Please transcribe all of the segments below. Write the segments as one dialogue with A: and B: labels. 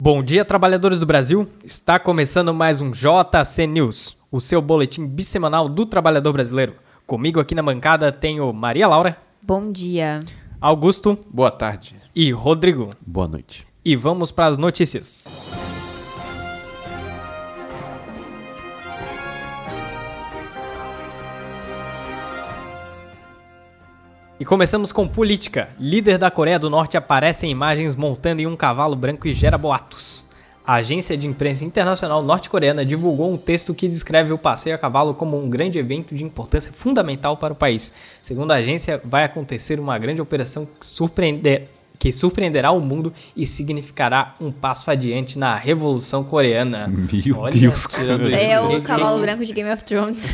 A: Bom dia, trabalhadores do Brasil. Está começando mais um JC News, o seu boletim bissemanal do trabalhador brasileiro. Comigo aqui na bancada tenho Maria Laura,
B: Bom dia.
A: Augusto
C: Boa tarde.
A: e Rodrigo.
C: Boa noite.
A: E vamos para as notícias. E começamos com política. Líder da Coreia do Norte aparece em imagens montando em um cavalo branco e gera boatos. A agência de imprensa internacional norte-coreana divulgou um texto que descreve o passeio a cavalo como um grande evento de importância fundamental para o país. Segundo a agência, vai acontecer uma grande operação que surpreender- que surpreenderá o mundo e significará um passo adiante na Revolução Coreana.
D: Hum.
C: Meu
A: Olha,
C: Deus,
A: tirando
C: cara.
A: isso
B: É
A: de-
B: o
A: de-
B: cavalo branco de Game of Thrones.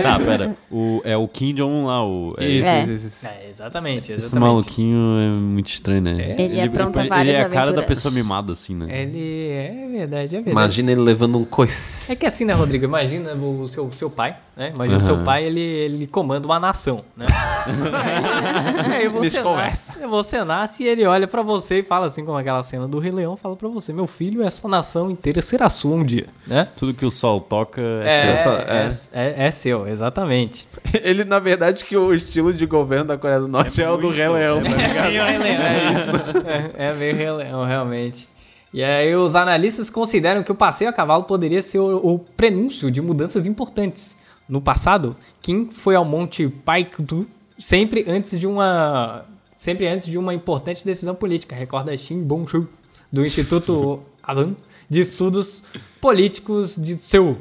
D: Tá, pera. O, é o Kim Jong-un lá, o. é-
C: Isso,
B: É.
C: isso, isso, isso.
A: É, exatamente, exatamente.
D: Esse maluquinho é muito estranho, né?
B: Ele apronta
D: ele,
B: várias
D: Ele é a cara da
B: aventuras.
D: pessoa mimada, assim, né?
A: Ele é verdade, é verdade.
C: Imagina ele levando um coice.
A: É que assim, né, Rodrigo? Imagina o seu, seu pai, né? Imagina o
D: Aham.
A: seu pai, ele, ele comanda uma nação, né?
B: É,
A: Aí você,
C: conversam.
A: nasce, você nasce e ele olha pra você e fala assim, como aquela cena do Rei Leão, fala pra você, meu filho, essa nação inteira será sua um dia, né?
D: Tudo que o sol toca
A: É,
D: é, seu.
A: é, é- é seu, exatamente.
C: Ele, na verdade, que o estilo de governo da Coreia do Norte é, o do Rei Leão, né?
A: É meio Rei Leão. É, é meio Rei Leão, realmente. E aí os analistas consideram que o passeio a cavalo poderia ser o, o prenúncio de mudanças importantes. No passado, Kim foi ao Monte Paektu sempre antes de uma sempre antes de uma importante decisão política, recorda Shin Bong-chul do Instituto Azan de Estudos Políticos de Seul.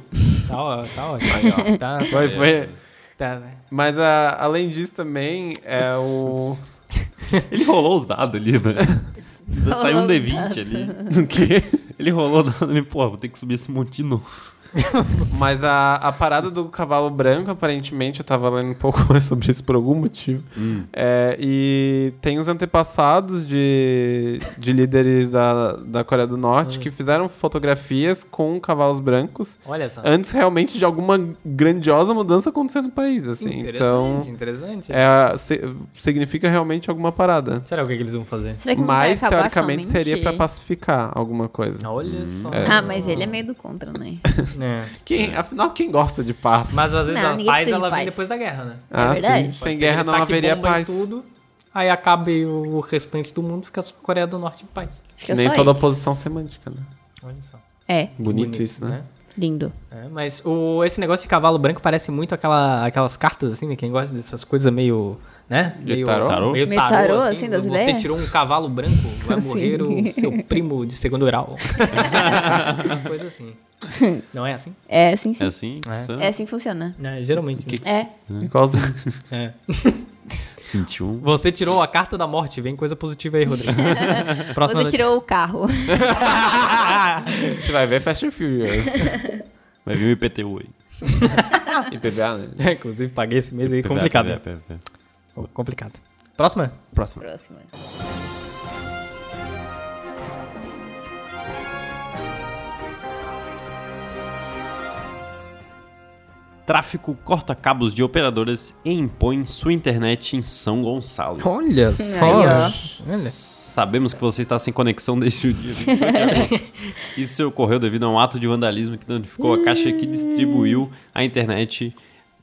A: Tá, ó- tá ótimo. Tá,
C: Foi, foi.
A: tá, né?
C: Mas a- além disso também, é o...
D: Ele rolou os dados ali, né? Saiu um
B: Rolou os
D: D20 ali.
C: O quê?
D: Ele rolou dado ali, pô, vou ter que subir esse monte de novo.
C: Mas a, a parada do cavalo branco, aparentemente, eu tava lendo um pouco mais sobre isso por algum motivo.
A: Hum.
C: É, e tem os antepassados de, de líderes da, da Coreia do Norte
A: Hum.
C: que fizeram fotografias com cavalos brancos
A: Olha só.
C: antes realmente de alguma grandiosa mudança acontecer no país, assim. Então,
A: interessante, interessante.
C: é, se- significa realmente alguma parada.
A: Será o que que eles vão fazer?
B: Será É que não vai
C: Mas,
B: acabar
C: teoricamente,
B: somente?
C: seria pra pacificar alguma coisa.
A: Olha
C: Hum,
A: só.
B: Ah, mas ele é meio do contra, né?
A: É.
C: Quem, afinal, quem gosta de paz?
A: Mas às vezes
B: Não,
A: a
B: ninguém
A: paz
B: precisa de
A: ela vem
B: paz.
A: depois da guerra, né?
C: ah,
B: É verdade.
C: sim,
B: Pode
C: sem
A: Pode ser
C: guerra
A: Tá que
C: não
A: taque
C: haveria
A: bomba em
C: paz.
A: Tudo, aí acabe o restante do mundo, fica só a Coreia do Norte em paz.
B: Fica
C: Nem
B: é só
C: toda
B: eles.
C: oposição semântica, né?
A: Olha só.
B: É,
C: Bonito, isso, né?
B: lindo.
A: É, mas o, esse negócio de cavalo branco parece muito aquela, aquelas cartas, assim, né? Quem gosta dessas coisas meio. Né?
C: De tarô?
A: Meio
B: Meio
A: tarô,
B: tarô,
A: assim,
B: assim, das
A: Você
B: ideias?
A: tirou um cavalo branco, vai
B: Sim.
A: morrer o seu primo de segundo grau. coisa assim. Não é assim?
B: É assim sim.
D: É assim?
B: É assim que funciona.
A: Né, geralmente.
B: É.
A: né?
C: Igualzinho.
A: É.
D: Sentiu um.
A: Você tirou a carta da morte, vem coisa positiva aí, Rodrigo. Próxima
B: Você tirou o carro.
C: Você vai ver Fast and Furious
D: Vai vir o IPTU aí.
C: e PBA, né?
A: notícia. Inclusive, paguei esse mês
D: é
A: aí. Complicado.
D: Pera, pera, pera, pera.
A: Oh, Complicado. Próxima?
D: Próximo.
B: Próxima.
D: Tráfico corta cabos de operadoras e impõe sua internet em São Gonçalo.
A: Olha
B: ó.
A: Olha.
D: Sabemos que você está sem conexão desde o dia 28 de agosto. Isso ocorreu devido a um ato de vandalismo que danificou a caixa que distribuiu a internet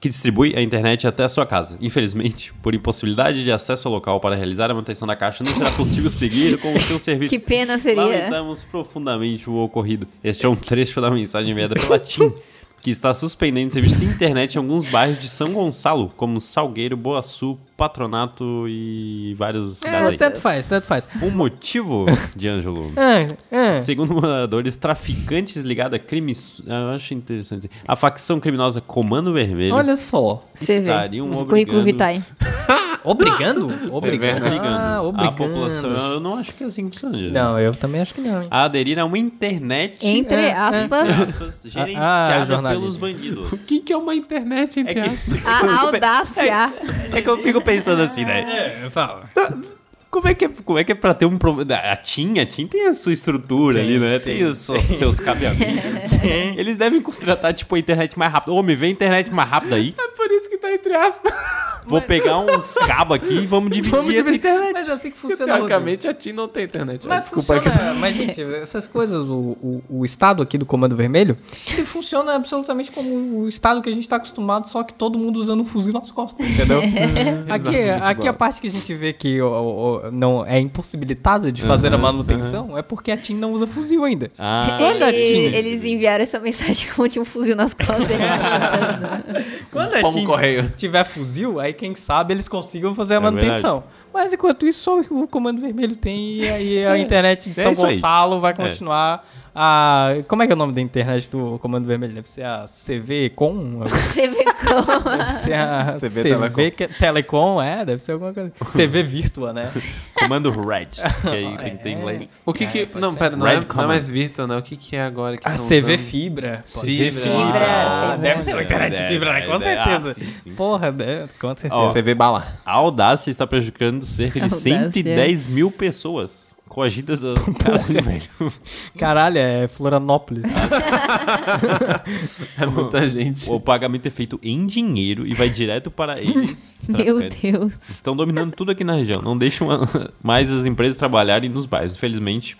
D: que distribui a internet até a sua casa. Infelizmente, por impossibilidade de acesso ao local para realizar a manutenção da caixa, não será possível seguir com o seu serviço.
B: Que pena seria.
D: Lamentamos profundamente o ocorrido. Este é um trecho da mensagem enviada pela TIM, que está suspendendo o serviço de internet em alguns bairros de São Gonçalo, como Salgueiro, Boaçu, Patronato e vários cidades
A: É,
D: aí.
A: tanto faz, tanto faz.
D: O motivo, D'Angelo?
A: Ah, ah.
D: Segundo moradores, traficantes ligados a crimes. Eu acho interessante. A facção criminosa Comando Vermelho
A: Olha só.
B: Você vê.
D: estariam
B: Currículo
D: um obrigando,
B: Vitae.
A: Obrigando?
C: vê,
A: Obrigando.
C: né?
A: Ah,
D: obrigando a
A: obrigando.
D: população. Eu não acho que é assim que funciona. D'Angelo.
A: Não, eu também acho que não. hein?
D: A aderir a uma internet é,
B: Entre aspas,
D: aspas,
A: Ah, ah,
D: gerenciada
A: jornalismo.
D: pelos bandidos.
C: O que, que é uma internet,
D: É
C: entre aspas?
D: que,
B: a audácia.
D: é que eu fico pensando assim, né?
A: É, fala.
D: Como é que é, como é, que é pra ter um problema? A TIM, a TIM tem a sua estrutura ali, né? Tem os seus- seus cabeamentos. Eles devem contratar, tipo, a internet mais rápida. Ô, me vê a internet mais rápida aí.
C: É por isso que tá entre aspas.
D: Vou pegar uns cabos aqui e vamos dividir
C: Vamos
D: essa
C: dividir. Mas
D: internet.
A: mas é assim que funciona. Rodrigo.
C: Teoricamente a TIM não tem internet. Ah,
A: Mas
C: Desculpa aí que
A: funciona, É, mas gente, essas coisas, o, o, o estado aqui do Comando Vermelho, ele funciona absolutamente como o estado que a gente está acostumado, só que todo mundo usando um fuzil nas costas, entendeu? aqui é- aqui a parte que a gente vê que ó, ó, não é impossibilitada de fazer a manutenção é porque a TIM não usa fuzil ainda.
D: Ah,
A: Quando a
B: Ele-
A: TIM-
B: eles enviaram essa mensagem com um fuzil nas costas. Ele-
A: Quando a
C: Pombo
A: TIM
C: correio.
A: tiver fuzil, aí quem sabe eles consigam fazer a
D: É
A: manutenção. Mas enquanto isso, só o Comando Vermelho tem e aí a internet de
D: é
A: São
D: isso aí.
A: Gonçalo vai continuar a... Como é que é o nome da internet do Comando Vermelho? Deve ser a CV Com?
B: Você vê como.
A: Deve ser a
C: CV
A: CV Telecom. é, deve ser alguma coisa. CV Virtua, né? É.
D: comando Red, que aí tem
C: É.
D: que ter inglês.
C: O que que...
A: pode
C: não,
A: ser.
C: pera, não é,
D: Red
C: não é
D: Command.
C: mais Virtual, né? O que que é agora que
A: A
C: tão
A: CV
C: usando?
A: Ah, Fibra. pô.
C: Fibra.
B: Fibra,
A: Ah,
B: fibra.
A: deve ser uma internet de fibra, né? Com
D: É, é, ah,
A: certeza.
D: sim, sim.
A: Porra, né? com certeza.
D: Ó,
C: CV bala.
D: A Audácia está prejudicando cerca de
B: Audácia.
D: 110 mil pessoas. Coagidas a... Caralho, velho.
A: Caralho, é Florianópolis.
D: Ah,
C: É muita gente.
D: O pagamento é feito em dinheiro e vai direto para eles.
B: Meu
D: traficantes.
B: Deus.
D: Estão dominando tudo aqui na região. Não deixam a- mais as empresas trabalharem nos bairros. Infelizmente,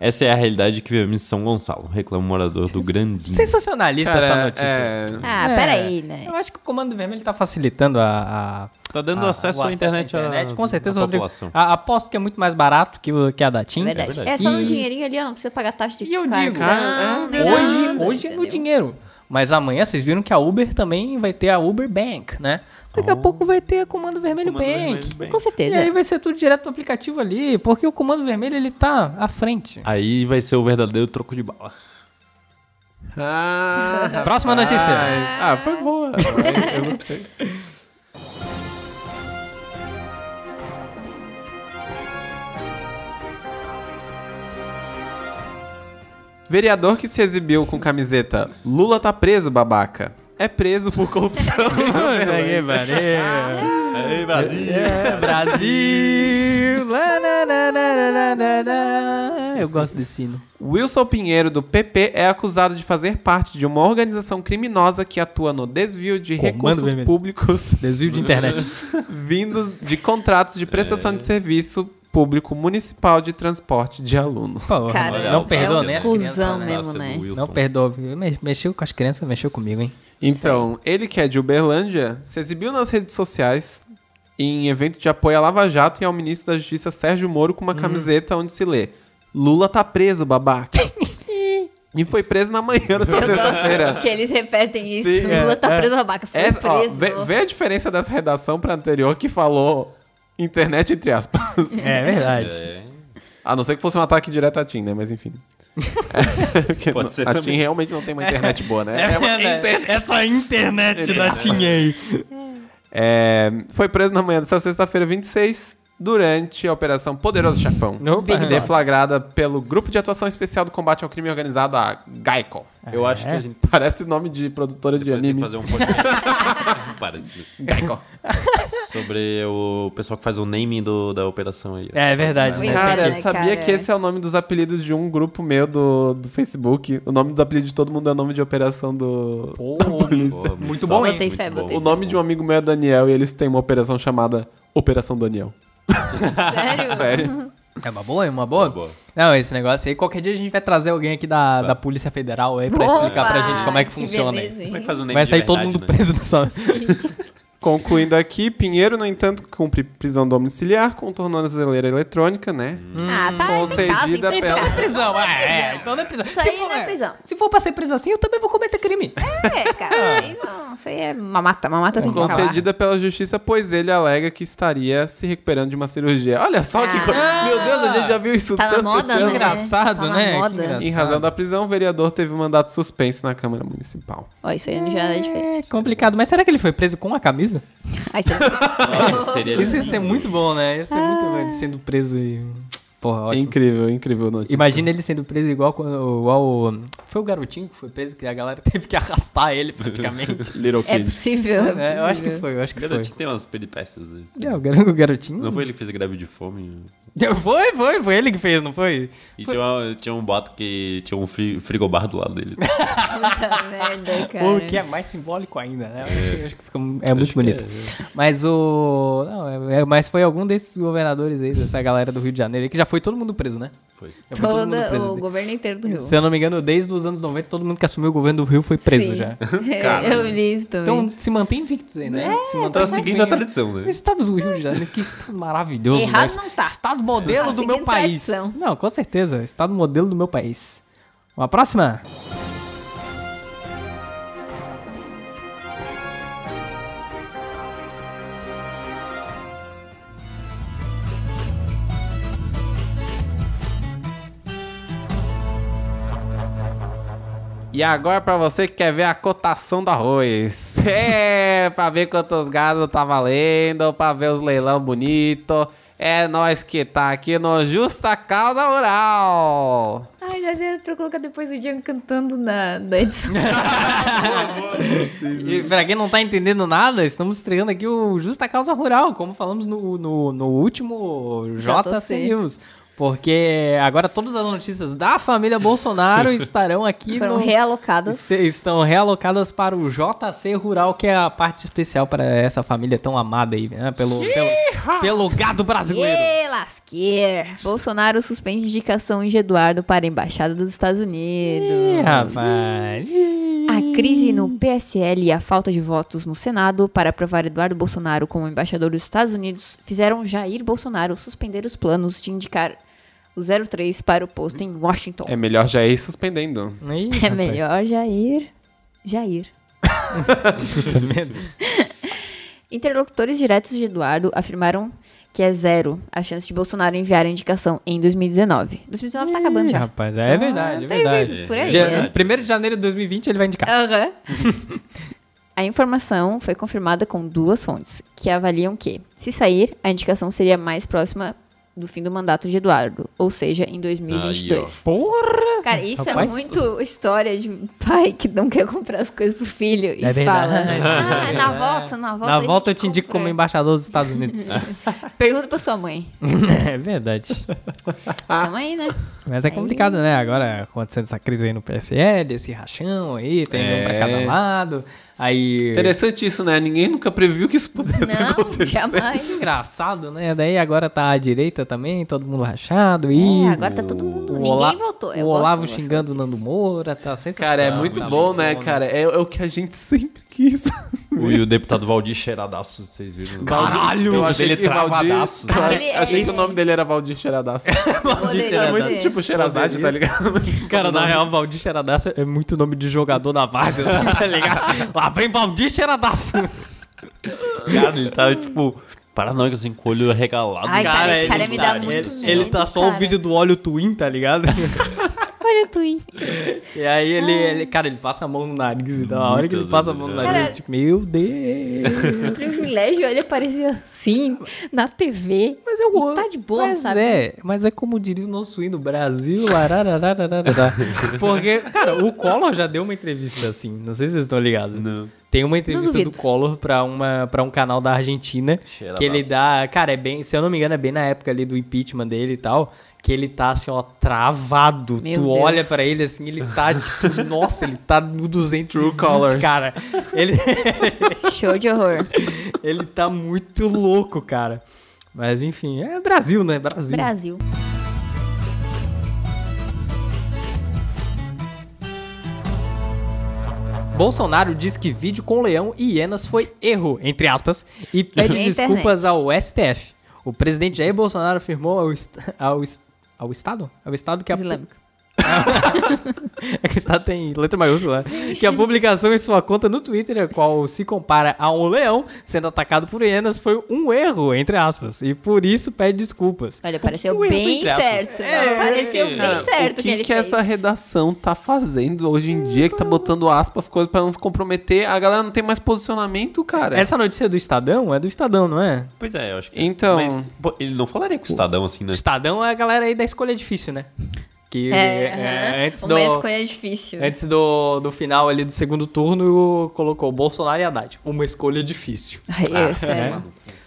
D: essa é a realidade que vivemos em São Gonçalo. Reclama o morador do Grandinho.
A: Sensacionalista essa
C: Cara,
A: notícia.
C: é-
B: Ah,
A: É.
B: peraí, né?
A: Eu acho que o Comando Vermelho tá facilitando a. a-
D: Tá dando
A: a-
D: acesso,
A: Ah, o
D: à internet, à
A: Com certeza,
D: à
A: Rodrigo.
D: população.
A: A, aposto que é muito mais barato que, o- que a da
B: É
A: TIM.
B: verdade.
D: verdade.
B: É só
A: E-
B: um dinheirinho ali, ó. Não precisa pagar taxa de
A: E eu
B: cartão,
A: digo, é, hoje,
B: nada,
A: hoje é no
B: entendeu?
A: dinheiro. Mas amanhã vocês viram que a Uber também vai ter a Uber Bank, né? Daqui a pouco vai ter a Comando Vermelho
D: Comando
A: Bank.
D: vermelho, bem.
B: Com
A: E aí
B: certeza.
A: vai ser tudo direto do aplicativo ali, porque o Comando Vermelho ele tá à frente.
D: Aí vai ser o verdadeiro troco de bala.
B: Tá.
C: Ah,
A: Próxima
C: rapaz.
A: notícia.
C: Ah, foi boa. Eu, eu gostei. Vereador que se exibiu com camiseta Lula tá preso, babaca. É preso por corrupção.
D: Ei, Brasil!
A: É, Brasil! Lá, na, na, na, na, na, na, na. Eu gosto desse hino.
C: Wilson Pinheiro, do PP, é acusado de fazer parte de uma organização criminosa que atua no desvio de
A: Comando
C: recursos
A: Vermelho.
C: públicos
A: Desvio de internet.
C: vindos de contratos de prestação
A: É.
C: de serviço público municipal de transporte de alunos.
A: Porra,
B: Cara,
A: mano,
D: Olha,
A: não
D: audácia,
A: perdoa
D: né?
A: nem as
B: Cusão
A: crianças, né?
B: mesmo,
D: Audácia
B: né?
D: do Wilson.
A: Não perdoa. Me- Mexeu com as crianças, mexeu comigo, hein?
C: Então, ele que é de Uberlândia, se exibiu nas redes sociais em evento de apoio à Lava Jato e ao ministro da Justiça Sérgio Moro
A: Hum.
C: com uma camiseta onde se lê Lula tá preso, babaca. e foi preso na manhã dessa sexta-feira.
B: Que eles repetem isso.
C: Sim,
A: é,
B: Lula tá
A: é.
B: preso, babaca. Foi
C: Essa- ó,
B: preso.
C: vê, vê a diferença dessa redação pra anterior que falou internet entre aspas.
A: É verdade.
D: É.
C: A não ser que fosse um ataque direto a Tim, né? Mas enfim. É, porque
D: Pode
C: não-
D: ser
C: a
D: também.
C: Tim realmente não tem uma internet boa, né? É uma internet.
A: Essa internet da tinha aí.
C: É, foi preso na manhã dessa sexta-feira, 26, durante a Operação Poderoso Chapão. Deflagrada pelo Grupo de Atuação Especial do Combate ao Crime Organizado, a GAICO.
D: Eu acho
A: É.
D: que a gente
C: Parece nome de produtora de
D: vai ter que
C: anime.
D: fazer um podcast. Para disso.
C: GAICO.
D: Sobre o pessoal que faz o naming do- da operação aí.
A: É verdade.
B: Pois
A: né?
B: é,
C: Cara,
B: né,
C: sabia
B: cara?
C: que esse é o nome dos apelidos de um grupo meu do, do Facebook? O nome do apelido de todo mundo é o nome de operação do,
A: Pô,
C: da polícia.
D: Pô,
A: é Muito
D: top,
A: bom, hein?
D: muito
B: Botei fé,
D: bom.
B: botei
C: O nome de um amigo meu é Daniel e eles têm uma operação chamada Operação Daniel.
B: Sério?
C: Sério?
A: É uma boa, é uma boa?
D: boa.
A: Não, esse negócio aí, qualquer dia a gente vai trazer alguém aqui da, da Polícia Federal aí pra explicar pra
B: Opa,
A: gente como é que
B: que
A: funciona. aí.
B: beleza, hein?
D: Como é que faz o name
A: Vai
D: de
A: sair todo
D: verdade,
A: mundo
D: né?
A: preso dessa.
C: Concluindo aqui, Pinheiro, no entanto, cumpre prisão domiciliar, contornando a zeleira eletrônica, né?
B: Ah, tá.
C: Concedida
B: tá,
C: pela-
A: Então é prisão, é, é,
B: prisão.
A: então não é prisão.
B: Isso
A: Hum, se
B: aí
A: for,
B: não é prisão.
A: Se for pra ser preso assim, eu também vou cometer crime.
B: É,
A: Ah.
B: cara. Isso aí não, isso aí é mamata.
A: Um
B: Mamata tem que falar.
C: Concedida pela justiça, pois ele alega que estaria se recuperando de uma cirurgia. Olha só que
B: Ah.
C: coisa. Meu Deus, a gente já viu isso
B: Tá na
C: tanto
B: moda,
C: esse ano.
B: né?
A: é Engraçado,
B: Tá na
A: né? Que
B: moda.
A: engraçado.
C: Em razão da prisão, o vereador teve um mandato suspenso na Câmara Municipal.
B: Ó, isso aí já é
A: É
B: diferente.
A: complicado, mas será que ele foi preso com a camisa?
B: Ai, você
D: Nossa, seria
A: Isso ia ser muito bom, né? Ia ser muito bom ele sendo preso e. Porra, ótimo.
C: Incrível, incrível notícia.
A: Imagina ele sendo preso igual, quando- igual o. Foi o garotinho que foi preso, que a galera teve que arrastar ele praticamente.
C: Little
B: é
C: Kid.
B: possível.
A: É, eu acho que foi, eu acho que foi.
D: Garotinho tem umas peripécias. Assim.
A: É, o gar- o garotinho.
D: Não foi ele que fez a greve de fome?
A: Foi, foi, foi ele que fez, não foi?
D: E tinha, uma- tinha um boato que tinha um fri- frigobar do lado dele.
B: Puta merda, cara.
A: O que é mais simbólico ainda, né? Eu acho que fica, é muito bonito. Mas o. Não, é- é- mas foi algum desses governadores aí, dessa galera do Rio de Janeiro aí, que já foi todo mundo preso, né?
D: Foi.
A: Já foi todo mundo
B: Toda,
A: preso.
B: o governo inteiro do Rio.
A: Se eu não me engano, desde os anos 90, todo mundo que assumiu o governo do Rio foi preso
B: Sim.
A: já.
B: É, eu li isso também.
A: Então se mantém invictos aí, né?
B: É,
A: se mantém
D: Tá
A: muito
D: seguindo
A: bem.
D: a tradição,
A: O
D: né?
A: estado do Rio de Janeiro, que estado maravilhoso.
B: Errado
A: né?
B: não tá.
A: Estado modelo
B: Tá
A: do meu
B: seguindo
A: país.
B: tradição.
A: Não, com certeza. Estado modelo do meu país. Uma próxima?
C: E agora pra você que quer ver a cotação do arroz. É, pra ver quantos gados tá valendo, pra ver os leilão bonito. É nós que tá aqui no Justa Causa Rural.
B: Ai, já deu pra eu colocar depois o Jean cantando na, na edição.
A: É. E pra quem não tá entendendo nada, estamos estreando aqui o Justa Causa Rural, como falamos no, no, no último JC
B: JC.
A: News. Porque agora todas as notícias da família Bolsonaro estarão aqui
B: Foram
A: no...
B: realocadas.
A: se- Estão realocadas para o JC Rural, que é a parte especial para essa família tão amada aí, né? Pelo, pelo, pelo gado brasileiro.
B: Ê, lasqueira! Bolsonaro suspende indicação em Eduardo para a Embaixada dos Estados
A: Ih,
B: Unidos.
A: rapaz. Ih.
B: A crise no PSL e a falta de votos no Senado para aprovar Eduardo Bolsonaro como embaixador dos Estados Unidos fizeram Jair Bolsonaro suspender os planos de indicar o 03 para o posto em Washington.
C: É melhor já ir suspendendo.
A: Ih,
B: É
A: rapaz.
B: melhor Jair. Jair.
A: tá
B: Interlocutores diretos de Eduardo afirmaram que é zero a chance de Bolsonaro enviar a indicação em 2019. 2019 tá acabando
A: Ih,
B: já.
A: Rapaz, é verdade, é
B: Tem jeito,
A: verdade. é.
B: por aí. É.
A: Dia-
B: né?
A: 1 de janeiro de 2020 ele vai indicar.
B: Aham. a informação foi confirmada com duas fontes, que avaliam que, se sair, a indicação seria mais próxima do fim do mandato de Eduardo, ou seja, em 2022.
A: Porra!
B: Cara, isso
A: Rapaz.
B: é muito história de um pai que não quer comprar as coisas pro filho e
A: É
B: fala.
A: verdade.
B: Ah, na volta, na volta.
A: Na
B: ele
A: volta eu te indico
B: compra."
A: como embaixador dos Estados Unidos.
B: Pergunta pra sua mãe.
A: é verdade.
B: Tamo aí, né?
A: Mas é complicado, né? Agora acontecendo essa crise aí no PSL, esse rachão aí, tem um pra cada lado. Aí.
C: Interessante isso, né? Ninguém nunca previu que isso pudesse
B: Não,
C: acontecer.
B: jamais.
A: Engraçado, né? Daí agora tá a direita também, todo mundo rachado. e
B: É, agora tá todo mundo. Ninguém
A: Ola-
B: voltou.
A: O
B: Eu gosto,
A: Olavo
B: eu gosto
A: xingando o
B: disso.
A: Nando Moura, tá sem
C: Cara, é muito bom, né, cara? É, é o que a gente sempre quis.
D: O- E o deputado Valdir cheiradaço, vocês
A: É
D: viram?
C: Caralho, eu achei
D: Ele
C: que Valdir-
D: travadaço.
B: Ah, ele-
C: Achei que
B: ele-
C: o nome dele era Valdir Cheiradaço.
B: Poderia
A: Gente, era
B: ser.
A: muito tipo,
C: Muito tipo Xerazade, tá ligado?
A: Cara, na real, Valdir Xeradaço é muito nome de jogador da base, assim, tá ligado? Lá vem Valdir Xeradaço.
D: Cara, ele tava tipo paranoico, assim, com o olho regalado.
B: Ai, cara, esse
A: ele-
B: cara me dá muito
A: Ele,
B: medo,
A: ele tá só o
B: cara.
A: vídeo do óleo Twin, tá ligado?
B: Olha o Twin.
A: E aí ele, ele- cara, ele passa a mão no nariz e tal. A hora que ele
D: Muitas
A: passa a
D: vezes,
A: mão no
D: cara.
A: nariz,
B: é.
A: eu, tipo, meu Deus.
B: Privilégio, ele aparecia assim, na TV.
A: Mas eu amo.
B: tá de boa,
A: mas
B: sabe?
A: é, mas é como diria o nosso hino Brasil, arararararará. Porque, cara, o Collor já deu uma entrevista assim, não sei se vocês estão ligados.
D: Não.
A: Tem uma entrevista do
B: duvido.
A: Collor pra, uma, pra um canal da Argentina
D: Cheiradaço.
A: que ele dá. Cara, é bem. Se eu não me engano, é bem na época ali do impeachment dele e tal. Que ele tá assim, ó, travado.
B: Meu
A: tu
B: Deus.
A: olha pra ele assim, ele tá tipo, nossa, ele tá no 200.
C: True colours.
A: Cara, ele,
B: Show de horror.
A: ele tá muito louco, cara. Mas enfim, é Brasil, né? Brasil.
B: Brasil.
A: Bolsonaro diz que vídeo com leão e hienas foi erro, entre aspas, e pede
B: Na
A: desculpas
B: internet.
A: ao STF. O presidente Jair Bolsonaro afirmou ao, est- ao, est- ao Estado? Ao Estado que a,
B: Islâmico.
A: é que o Estado tem letra maiúscula. né? Que a publicação em sua conta no Twitter, a qual se compara a um leão sendo atacado por hienas, foi um erro, entre aspas. E por isso pede desculpas.
B: Olha, pareceu
A: erro,
B: bem
A: entre aspas?
B: certo. pareceu
D: cara,
B: bem certo
C: o que,
B: que ele
C: que é
B: fez.
C: essa redação tá fazendo hoje em dia que tá botando aspas coisas pra não se comprometer? A galera não tem mais posicionamento, cara.
A: Essa notícia é do Estadão? É do Estadão, não é?
D: Pois é, eu acho que.
C: Então-
D: Mas pô, ele não falaria com o Estadão assim, né?
A: Estadão é a galera aí da escolha difícil, né? Que
B: É,
A: é,
B: aham.
A: antes
B: Uma
A: do...
B: escolha difícil.
A: Antes do, do final ali do segundo turno, colocou Bolsonaro e Haddad. Uma escolha difícil.
B: Ai, essa é
A: né?
B: uma-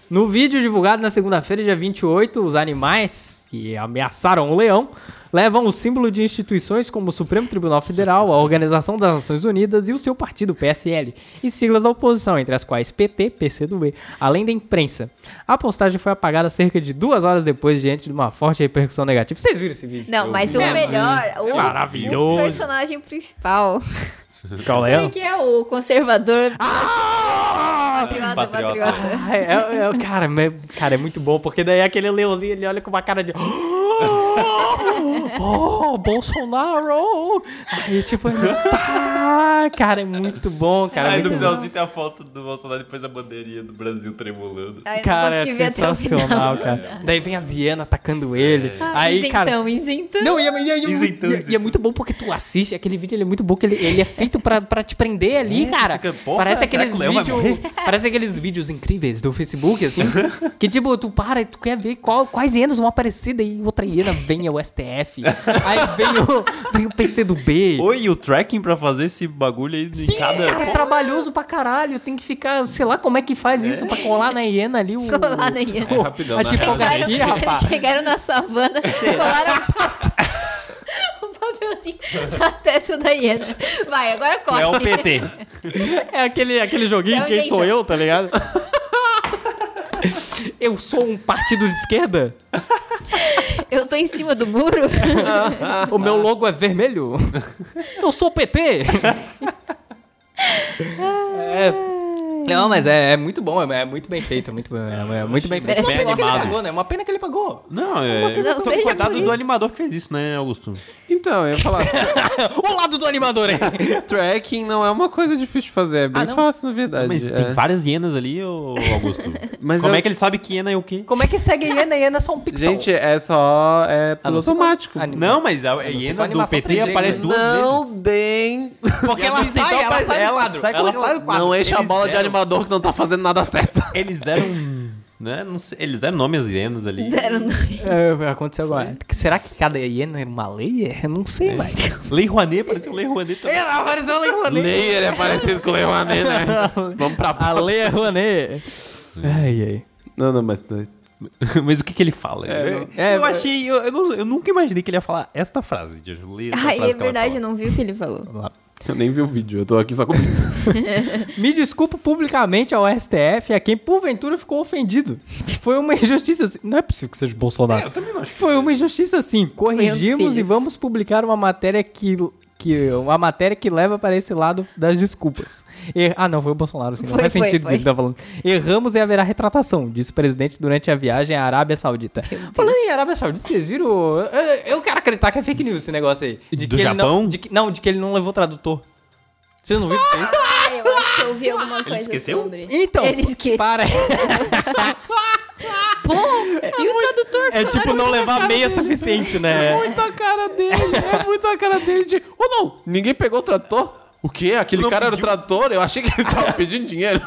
A: No vídeo divulgado na segunda-feira, dia 28, os animais que ameaçaram o leão levam o símbolo de instituições como o Supremo Tribunal Federal, a Organização das Nações Unidas e o seu partido, PSL, e siglas da oposição, entre as quais PT, PCdoB, além da imprensa. A postagem foi apagada cerca de duas horas depois, diante de uma forte repercussão negativa. Vocês viram esse vídeo?
B: Não, mas o melhor, o,
A: Maravilhoso.
B: o personagem principal,
A: Qual
B: Como é que é o conservador
A: Ah!
B: patriota,
D: Patriota.
B: patriota.
A: Ai, é- é- cara, mas- cara, é muito bom, porque daí aquele leãozinho ele olha com uma cara de. "Ah, Oh, Bolsonaro! Aí, tipo, tá, cara, é muito bom, cara. é
D: Aí no
A: muito
D: finalzinho tem a foto do Bolsonaro e depois a bandeirinha do Brasil tremulando.
B: Ai, eu não
A: Cara, é
B: consegui ver até o final. Ah,
A: sensacional, cara. Daí vem as hienas atacando ele. Aí,
B: isentão,
A: cara.
B: isentão.
A: Não, e é, e é- e é-
D: Isentão,
A: e é- e é
D: isentão.
A: muito bom porque tu assiste, aquele vídeo ele é muito bom, que ele, ele é feito pra, pra te prender ali, cara.
D: fica, porra,
A: parece
D: será
A: aqueles
D: que o leão vai
A: vídeos. Parece aqueles vídeos incríveis do Facebook, assim. que tipo, tu para e tu quer ver qual- quais hienas vão aparecer, daí outra hiena vem ao STF. Aí vem o, vem o PC do B.
D: Oi, e o tracking pra fazer esse bagulho aí de
A: Sim,
D: cada.
A: cara, é trabalhoso pra caralho. Tem que ficar, sei lá como é que faz isso pra colar na hiena ali. O,
B: Colar na hiena.
A: o-
C: É rapidão,
A: a
C: né?
A: tipografia,
B: Chegaram,
A: rapaz.
B: chegaram na savana, colaram um papel- um papelzinho na testa da hiena. Vai, agora corre.
D: É o PT.
A: É aquele, aquele joguinho,
B: É o
A: quem
B: jeito.
A: sou eu, tá ligado? eu sou um partido de esquerda?
B: Eu tô em cima do muro.
A: O meu logo é vermelho? Eu sou o PT? É, Não, mas é, é muito bom, é, é muito bem feito, é muito, bem- é, é muito bem feito. Uma
B: Parece
A: pena
B: um
A: que ele
D: animado.
A: pagou, né? Uma pena que ele pagou.
D: Não, é.
B: Não,
D: Foi
B: seja por
D: coitado
B: isso.
D: do animador que fez isso, né, Augusto?
C: Então, eu ia falar,
A: O lado do animador, hein?
C: tracking não é uma coisa difícil de fazer, é bem
A: Ah, não?
C: fácil, na verdade.
D: Mas
C: é.
D: tem várias hienas ali, ô Augusto.
C: Mas
D: Como
C: eu-
D: é que ele sabe que hiena é o quê?
A: Como é que segue a Iena? A Iena é só um pixel.
C: Gente, é só. É tudo
A: Ah, não ser com-
C: automático.
A: Anima-
D: Não, mas a
A: sei, com
D: hiena do
A: animação
D: PT
A: 3D,
B: né?
D: aparece duas
C: não
D: vezes.
C: bem.
A: porque ela
D: Então,
A: sai, ela
D: mas
A: sai do
D: ela
A: quadro.
D: sai com
A: ela
D: aquela-
A: sai do quadro.
C: Não enche a
D: Eles
C: bola de
A: É.
D: deram.
C: animador que não tá fazendo nada certo.
D: Eles deram. um- Né? Não sei, eles deram nome às hienas ali.
B: Deram no-
A: É, aconteceu agora. Será que cada hiena é uma lei? Eu não sei, velho.
D: Lei Rouanet, pareceu Lei Rouanet também.
A: Ela apareceu a Lei Rouanet.
C: Nem ele é parecido com o Leoné, né? Vamos pra
A: A Lei é Rouanet. Ai, ai.
C: Não, não, mas.
D: Mas o que, que ele fala? eu
A: é,
D: eu achei. Eu, eu não- eu nunca imaginei que ele ia falar esta frase. De ler essa
B: Ai, é
D: frase que ela
B: verdade, eu
D: fala.
B: não vi o que ele falou.
C: Eu nem vi o vídeo, eu tô aqui só comigo.
A: Me desculpo publicamente ao STF e a quem porventura ficou ofendido. Foi uma injustiça assim. Não é possível que seja o Bolsonaro. eu também não acho. Foi uma injustiça assim. Corrigimos e
B: um filhos.
A: vamos publicar uma matéria que. Que, uma matéria que leva para esse lado das desculpas. Er- ah, não, foi o Bolsonaro, sim. Não
B: Foi,
A: faz
B: foi,
A: sentido o que
B: foi.
A: ele tá falando. Erramos e haverá retratação, disse o presidente durante a viagem à Arábia Saudita. Falando em Arábia Saudita, vocês viram? Eu, eu quero acreditar que é fake news esse negócio aí.
D: Do
A: que ele Não,
D: Japão?
A: de que, não, de que ele não levou tradutor. Vocês não viram isso aí?
B: Ah, eu acho que eu vi alguma coisa
D: esqueceu?
B: sobre.
A: Então,
B: Ele esqueceu.
A: para.
B: Pô, e o tradutor
A: É tipo não levar meia suficiente, né?
C: muito a cara dele, é muito a cara dele de. Ou não, ninguém pegou o trator? O quê? Aquele
D: Não
C: cara era o
D: pediu.
C: trator? Eu achei que ele tava pedindo dinheiro.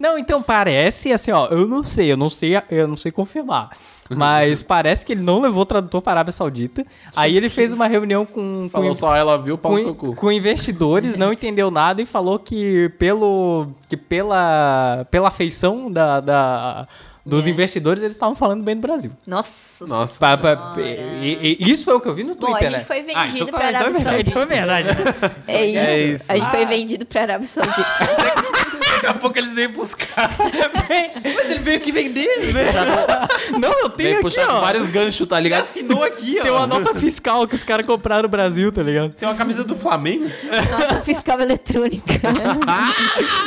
A: Não, então parece assim, ó, eu não sei, eu não sei, eu não sei confirmar. Mas parece que ele não levou o tradutor para a Arábia Saudita. Aí ele fez uma reunião com com,
C: Falou só, ela viu, pau
A: com,
C: no seu cu.
A: com investidores, não entendeu nada e falou que pelo que pela pela afeição da, da- dos
B: Yeah.
A: investidores eles estavam falando bem do Brasil.
B: Nossa.
C: Nossa.
A: Pa- pa- e- e- isso é o que eu vi no
B: Bom, a
A: Twitter,
B: gente
A: né?
B: foi vendido
D: Ah, então tá,
B: pra
D: então é
B: Arábia
D: verdade.
B: Saudita.
A: Então é verdade.
B: É isso.
C: É isso.
B: A gente foi vendido pra Arábia Saudita.
D: Daqui a pouco eles vêm buscar. Mas ele veio que vender. né?
A: Não, eu
C: Vem
A: tenho aqui,
C: puxar com
A: ó.
C: vários ganchos, tá
D: Ele
C: ligado?
D: assinou aqui, ó.
A: Tem uma nota fiscal que os caras compraram no Brasil, tá ligado?
D: Tem uma camisa do Flamengo.
B: Nossa, fiscal eletrônica.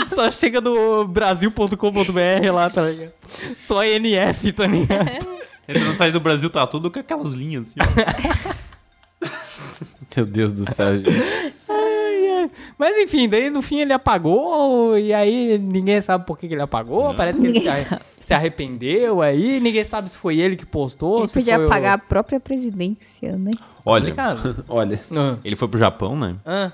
A: Só chega no brasil.com.br lá, tá ligado? Só NF, tá ligado?
D: Entra no site do Brasil, tá tudo com aquelas linhas assim, ó.
C: Meu Deus do céu, gente.
A: Ai, ai. Mas enfim, daí no fim ele apagou, e aí ninguém sabe por que que ele apagou. Parece que ele
B: Ninguém
A: se arre-
B: sabe.
A: se arrependeu aí, ninguém sabe se foi ele que postou.
B: Ele
A: se
B: podia
A: foi o- Tá
B: pagar a própria presidência, né?
D: Olha,
A: Complicado.
C: Olha.
A: Ah,
D: ele foi pro Japão, né?
A: ah.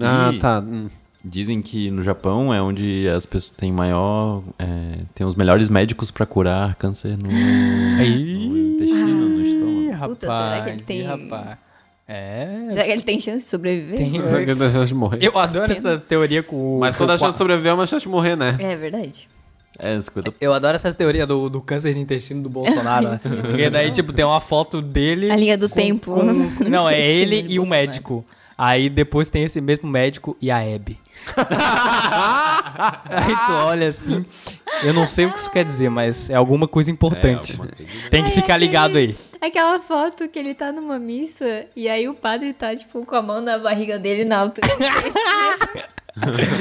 C: Ah,
D: E
C: tá. hum.
D: Dizem que no Japão é onde as pessoas têm maior. é, tem os melhores médicos pra curar câncer no, no
A: Ah. Aí,
D: intestino, no estômago.
A: rapaz.
B: Puta, será que ele
A: ih,
B: tem-
A: rapaz. É.
B: Será que ele tem chance de sobreviver?
A: Tem.
C: Eu tenho chance de morrer.
A: Eu adoro essas teorias com o.
C: Mas
A: com
C: toda
A: o
C: chance de sobreviver é uma chance de morrer, né?
B: É verdade.
D: É, 50%.
A: Eu adoro essas teorias do, do câncer de intestino do Bolsonaro, né? Porque daí, tipo, tem uma foto dele.
B: A linha do tempo.
E: um
A: com- não, é
B: Intestino
A: ele
B: de
A: e o
B: Bolsonaro.
A: médico. Aí depois tem esse mesmo médico e a Hebe. Aí tu olha assim. Eu não sei o que isso quer dizer, mas é alguma coisa importante.
D: É, alguma coisa.
A: Tem que
E: Ai,
A: ficar
E: aquele-
A: ligado aí.
E: Aquela foto que ele tá numa missa e aí o padre tá, tipo, com a mão na barriga dele na altura. do intestino.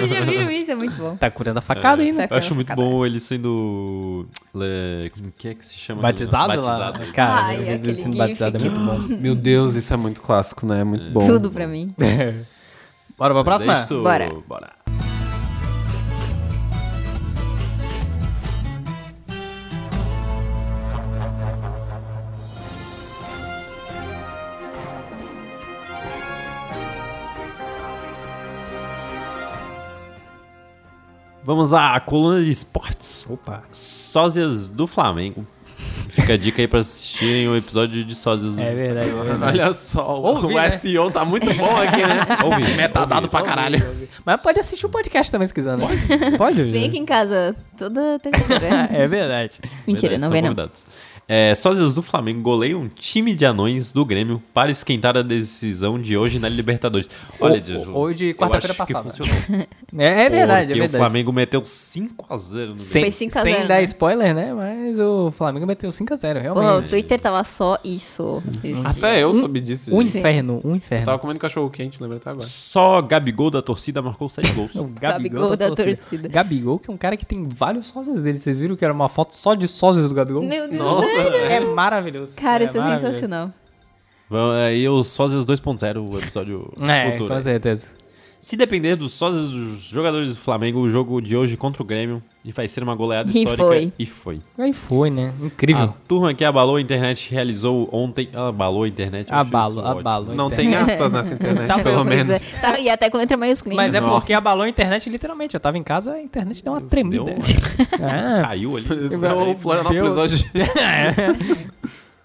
E: Vocês já viram isso? É muito bom.
A: Tá curando a facada aí, né?
B: Tá
D: Eu acho
B: com-
D: muito
B: acaba.
D: bom ele sendo. le- Como que é que se chama?
A: Batizado,
D: Batizado.
A: lá? Cara,
E: Ai,
A: o vídeo
E: aquele
A: sendo
E: gif
A: batizado
E: que-
A: é muito bom.
C: Meu Deus, isso é muito clássico, né? É muito bom.
B: Tudo pra mim.
A: Bora
D: é
A: pra próxima?
D: Isto-
B: Bora.
D: Bora. Vamos lá, a coluna de esportes.
A: Opa.
D: Sósias do Flamengo. Fica a dica aí pra assistirem o episódio de Sósias do
A: É
D: Flamengo.
A: verdade. é verdade.
C: Olha só,
A: Ouvi,
C: o
A: né?
C: SEO tá muito bom aqui, né?
D: Ouvi,
C: Metadado
D: ouvi.
C: pra caralho.
A: Mas pode assistir o podcast também se quiser, né? Pode,
B: Vem aqui em casa toda terça-feira.
A: É verdade.
B: Mentira,
D: Verdade,
B: não
D: estão
B: vem não.
D: convidados. É, sósias do Flamengo goleiam um time de anões do Grêmio para esquentar a decisão de hoje na Libertadores. Olha,
A: Ou-
D: Diego,
A: ou de
D: eu
A: quarta-feira
D: acho que
A: passada.
D: funcionou.
A: É, é verdade, é
D: Porque
A: verdade.
D: o Flamengo meteu 5x0 no
A: Sem,
B: Foi 5 a
A: sem
B: 0,
A: dar
B: né?
A: spoiler, né? Mas o Flamengo meteu 5x0, realmente.
B: Pô, o Twitter tava só isso. Esse dia.
C: Até eu soube disso.
A: um
C: gente.
A: inferno, um inferno.
C: Tava comendo cachorro quente, lembrei até agora.
D: Só Gabigol da torcida marcou 7 gols.
A: O tá
B: Gabigol da torcida.
A: assim, Gabigol, que é um cara que tem vários sósias dele. Vocês viram que era uma foto só de sósias do Gabigol?
E: Meu Deus.
A: É maravilhoso.
B: Cara, isso é
A: maravilhoso.
B: sensacional.
D: Vamos, Aí o Sósias 2.0, o episódio
A: É,
D: futuro.
A: com certeza.
D: Se depender dos sósias dos jogadores do Flamengo, o jogo de hoje contra o Grêmio e vai ser uma goleada
B: E
D: histórica.
B: foi.
D: E foi.
A: Aí foi, né? Incrível.
D: A turma que abalou a internet realizou ontem. Abalou a internet. Ah, eu achei
A: abalo,
D: isso ótimo.
A: abalo.
C: Não
A: a
C: tem
A: internet.
C: aspas nessa internet,
A: Tá bom,
C: pelo
B: Pois é.
C: menos.
B: Tá, e até com letra maiúscula.
A: Mas é
C: Não.
A: porque abalou a internet literalmente. Eu tava em casa, a internet deu uma
D: Deu, um
A: tremida. Ah,
D: caiu ali.
B: é.
C: Não, Florianópolis
A: Deus.
C: hoje.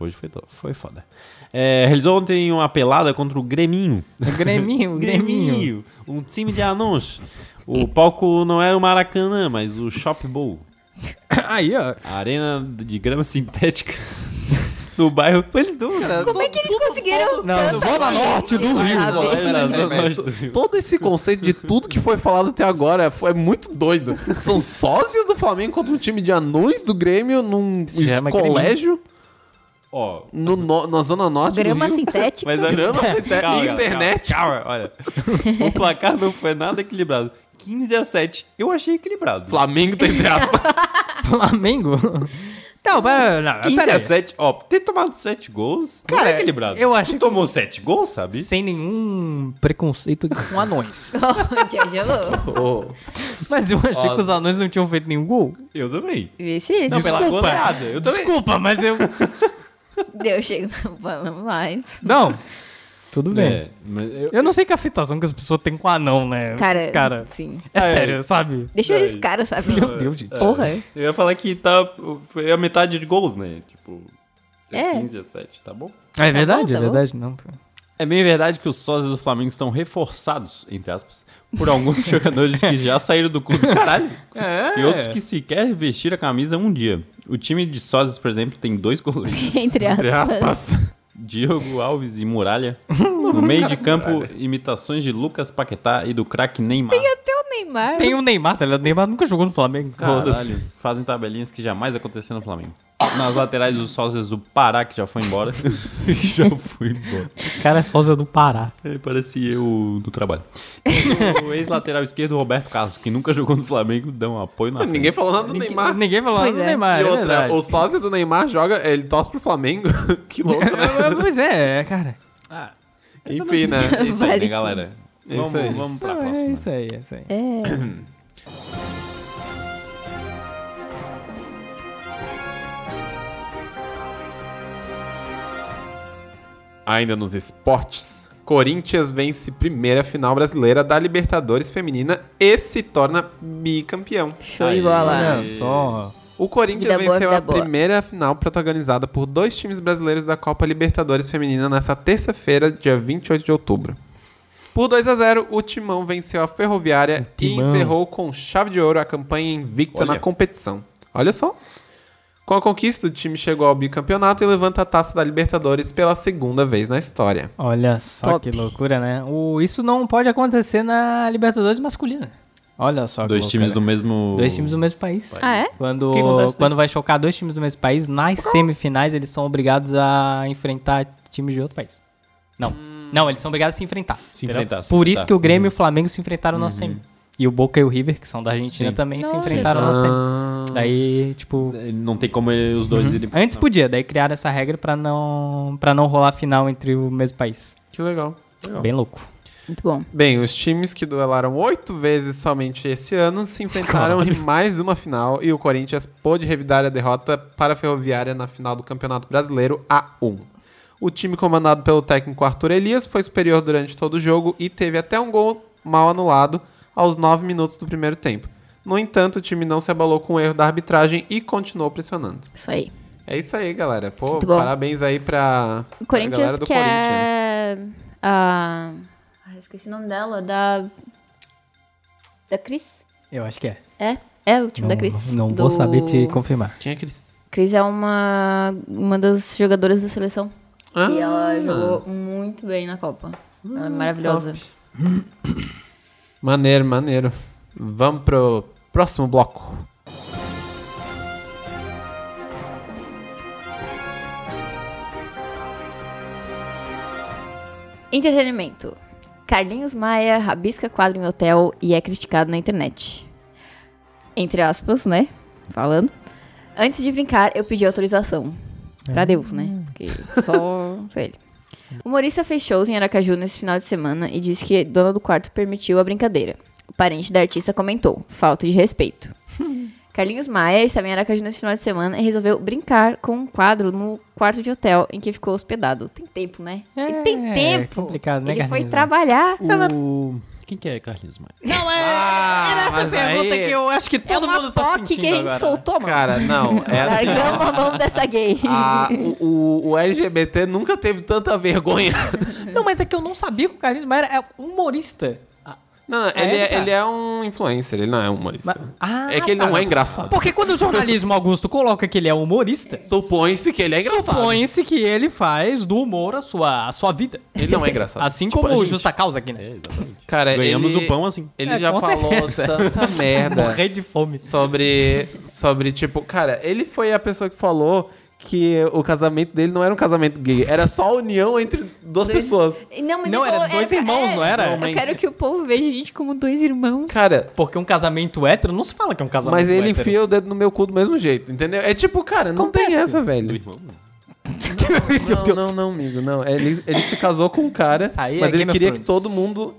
D: Hoje foi, to- foi foda. É, realizou ontem uma pelada contra o Greminho.
A: o Greminho, o Greminho.
D: Um time de anãos. O palco não era o Maracanã, mas o Shop Bowl.
A: Aí, ó.
D: A arena de grama sintética do bairro. Eles dão.
B: Como é que eles conseguiram?
A: Não, do Zona Norte do Rio.
B: Sabe?
D: Era
C: Peraí,
D: zona
C: peraí.
D: norte do Rio.
C: Todo esse conceito de tudo que foi falado até agora foi muito doido. São sósias do Flamengo contra um time de anões do Grêmio num
A: Se chama
C: colégio
D: Ó,
C: no, no- na Zona Norte
B: Grama
C: do Rio.
B: sintética.
D: Mas a
C: Grama sintética
D: Calma,
C: e
D: calma,
C: internet.
D: Calma, olha. O placar não foi nada equilibrado. 15 a 7, eu achei equilibrado.
C: Flamengo tá entre aspas.
A: Flamengo? Não, mas, não
D: 15
A: pera
D: a
A: aí.
D: 7, ó, ter tomado 7 gols, não
A: Cara,
D: é equilibrado.
A: eu acho
D: Tu tomou 7 gols, sabe?
A: Sem nenhum preconceito com anões.
B: Já gelou.
A: Mas eu achei que os anões não tinham feito nenhum gol.
D: Eu também.
B: Vê se eles
D: Não, pela
A: Desculpa.
D: goleada, eu também.
A: Desculpa, mas eu.
B: deu chega. Não falamos mais.
A: Não. Tudo bem.
D: É, mas eu-
A: Eu não sei que afetação que as pessoas têm com anão, né?
B: Cara,
A: Cara,
B: sim.
A: é sério, sabe?
B: Deixa eles caras, sabe?
A: Meu Deus, gente.
B: Porra.
D: eu ia falar que tá, foi a metade de gols, né? Tipo,
B: É.
D: 15 a 7, tá bom?
A: É verdade,
B: bom, tá
A: é verdade, não. pô.
D: É bem verdade que os sósias do Flamengo são reforçados, entre aspas, por alguns jogadores que já saíram do clube, caralho. É.
A: É.
D: E outros que sequer vestiram a camisa um dia. O time de sósias, por exemplo, tem dois goleiros.
B: Entre aspas.
D: Diogo Alves e Muralha. No meio de campo, imitações de Lucas Paquetá e do craque Neymar.
B: Até o Neymar.
A: Tem o Neymar, tá ligado? O Neymar nunca jogou no Flamengo. Foda-se.
D: Caralho, fazem tabelinhas que jamais aconteceram no Flamengo. Nas laterais, os sósias do Pará, que já foi embora. já foi embora.
A: O cara é sósia do Pará.
D: É, Parece eu do trabalho. o ex-lateral esquerdo, Roberto Carlos, que nunca jogou no Flamengo, dá um apoio na
C: Ninguém
D: frente.
C: falou nada do Neymar.
A: Ninguém falou nada
B: Pois
A: do
B: é.
A: Neymar,
C: E
A: é
C: outra,
A: verdade.
C: o sósia do Neymar joga, ele torce pro Flamengo. que louco, né?
A: Pois é, cara.
D: Ah,
C: Enfim, né?
D: é isso aí,
B: Vale.
D: né, galera?
C: É isso
D: vamos,
C: aí.
D: vamos pra
A: É
D: próxima.
A: isso aí, é isso aí.
B: É.
C: Ainda nos esportes, Corinthians vence primeira final brasileira da Libertadores feminina e se torna bicampeão.
B: Show
D: Aí.
B: de bola.
A: Olha só.
C: O Corinthians
B: Vida boa,
C: venceu
B: vida
C: a
B: boa.
C: primeira final protagonizada por dois times brasileiros da Copa Libertadores feminina nessa terça-feira, dia 28 de outubro. Por 2 a 0 o Timão venceu a Ferroviária e
A: Timão.
C: encerrou com chave de ouro a campanha invicta
D: Olha.
C: na competição. Olha só. Com a conquista, o time chegou ao bicampeonato e levanta a taça da Libertadores pela segunda vez na história.
A: Olha só
B: Top.
A: que loucura, né? O, isso não pode acontecer na Libertadores masculina. Olha só. que
D: Dois
A: loucura. né?
D: times do mesmo.
A: Dois times do mesmo país.
B: Ah, é?
A: Quando,
D: O que acontece, né?
A: quando vai chocar dois times do mesmo país, nas semifinais eles são obrigados a enfrentar times de outro país. Não.
D: Hum.
A: Não, eles são obrigados a se enfrentar.
D: Se
A: entendeu?
D: enfrentar, se
A: Por
D: enfrentar. Uhum.
A: isso que o Grêmio e o Flamengo se enfrentaram na semi. E o Boca e o River, que são da Argentina,
D: Sim. Ah.
A: também se
E: Olha
A: enfrentaram na semi. Daí, tipo.
D: Não tem como é os dois irem.
A: Uhum. Antes podia, daí criaram essa regra pra não, pra não rolar final entre o mesmo país.
C: Que legal.
A: Bem louco.
B: Muito bom.
C: Bem, os times que duelaram oito vezes somente esse ano se enfrentaram em mais uma final e o Corinthians pôde revidar a derrota para a Ferroviária na final do Campeonato Brasileiro A1. O time comandado pelo técnico Arthur Elias foi superior durante todo o jogo e teve até um gol mal anulado aos nove minutos do primeiro tempo. No entanto, o time não se abalou com o erro da arbitragem e continuou pressionando.
B: Isso aí.
C: É isso aí, galera. Pô,
B: Muito bom.
C: parabéns aí pra,
B: O
C: pra galera
B: Corinthians
C: do
B: que
C: Corinthians.
B: é. A. Ah, eu esqueci o nome dela. Da. Da Cris?
A: Eu acho que é.
B: É? É o time da Cris.
A: não
B: Do-
A: vou saber te confirmar.
C: Tinha aqueles...
B: Cris é uma, uma das jogadoras da seleção.
C: Ah,
B: E ela jogou muito bem na Copa. Ela é maravilhosa.
C: Top. Maneiro, maneiro. Vamos pro próximo bloco.
B: Entretenimento. Carlinhos Maia rabisca quadro em hotel e é criticado na internet. Entre aspas, né? Falando. Antes de brincar, eu pedi autorização.
A: É.
B: Pra Deus, né? Porque só pra ele. O humorista fez shows em Aracaju nesse final de semana e disse que a dona do quarto permitiu a brincadeira. O parente da artista comentou: falta de respeito. Carlinhos Maia estava em Aracaju nesse final de semana e resolveu brincar com um quadro no quarto de hotel em que ficou hospedado. Tem tempo, né? Ele tem
A: É,
B: tempo.
A: complicado, né,
B: Ele foi
A: Carlinhos?
B: trabalhar.
D: O... Quem que é Carlinhos Maia?
B: Não, é,
C: era
A: Ah,
C: essa Ah, mas pergunta aí- que eu
A: acho que
B: é uma POC que a gente soltou, mano.
C: Cara, não, é assim.
B: Largamos a mão dessa gay.
A: Ah.
C: a- o, o- o LGBT nunca teve tanta vergonha.
A: Não, mas é que eu não sabia que o Carlinhos Maia era humorista.
C: Não, não, ele, é,
A: cara?
C: ele é um influencer, ele não é um humorista.
A: Mas- Ah,
C: é que ele
A: tá.
C: não é engraçado.
A: Porque quando o jornalismo Augusto coloca que ele é humorista,
C: Supõe-se que ele é engraçado.
A: supõe-se que ele faz do humor a sua, a sua vida.
C: Ele não é engraçado.
A: Assim
D: Tipo
A: como
D: a
A: o
D: gente.
A: Justa Causa aqui, né?
D: É, exatamente.
C: Cara,
D: Ganhamos
C: ele-
D: o pão assim.
C: Ele
A: É,
C: já
A: com
C: falou
A: certeza.
C: tanta merda.
A: Morrer de fome.
C: sobre sobre tipo, cara, ele foi a pessoa que falou que o casamento dele não era um casamento gay, era só a união entre
B: Dois-
C: duas pessoas.
B: Não, mas
A: Não, era
B: ele falou-
A: dois irmãos,
B: é,
A: não era?
B: Eu quero que o povo veja a gente como dois irmãos.
C: Cara,
A: Porque um casamento hétero não se fala que é um casamento
C: mas ele
A: hétero.
C: enfia o dedo no meu cu do mesmo jeito, entendeu? É tipo, cara, não tem
A: Acontece.
C: essa,
D: Do
C: velho.
D: irmão.
C: Não, não, não, amigo, não. Ele, ele se casou com um cara,
A: Isso aí é
C: mas ele
A: Game of
C: queria
A: Thrones.
C: que todo mundo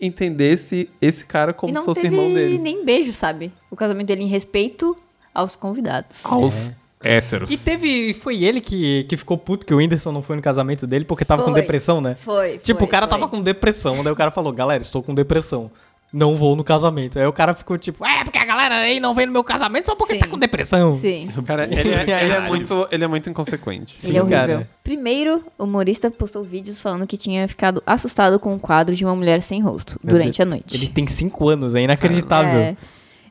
C: entendesse esse cara
B: e
C: como
B: não
C: se fosse
B: teve
C: irmão dele.
B: nem beijo, sabe? O casamento dele em respeito aos convidados.
C: Aos
F: Héteros.
A: E teve. Foi ele que, que ficou puto que o Whindersson não foi no casamento dele porque tava com
B: Foi.
A: depressão, né?
B: Foi,
A: Tipo,
B: foi,
A: o cara
B: foi.
A: tava com depressão, daí o cara falou, galera, estou com depressão. Não vou no casamento. Aí o cara ficou tipo, é porque a galera aí não vem no meu casamento só porque
B: Sim.
A: tá com depressão.
B: Sim.
C: Cara, ele, é- ele é
D: Caralho.
C: muito, ele é muito inconsequente.
B: ele é horrível.
A: cara.
B: Primeiro, o humorista postou vídeos falando que tinha ficado assustado com o quadro de uma mulher sem rosto durante a noite.
A: Ele tem cinco anos, é inacreditável.
B: É.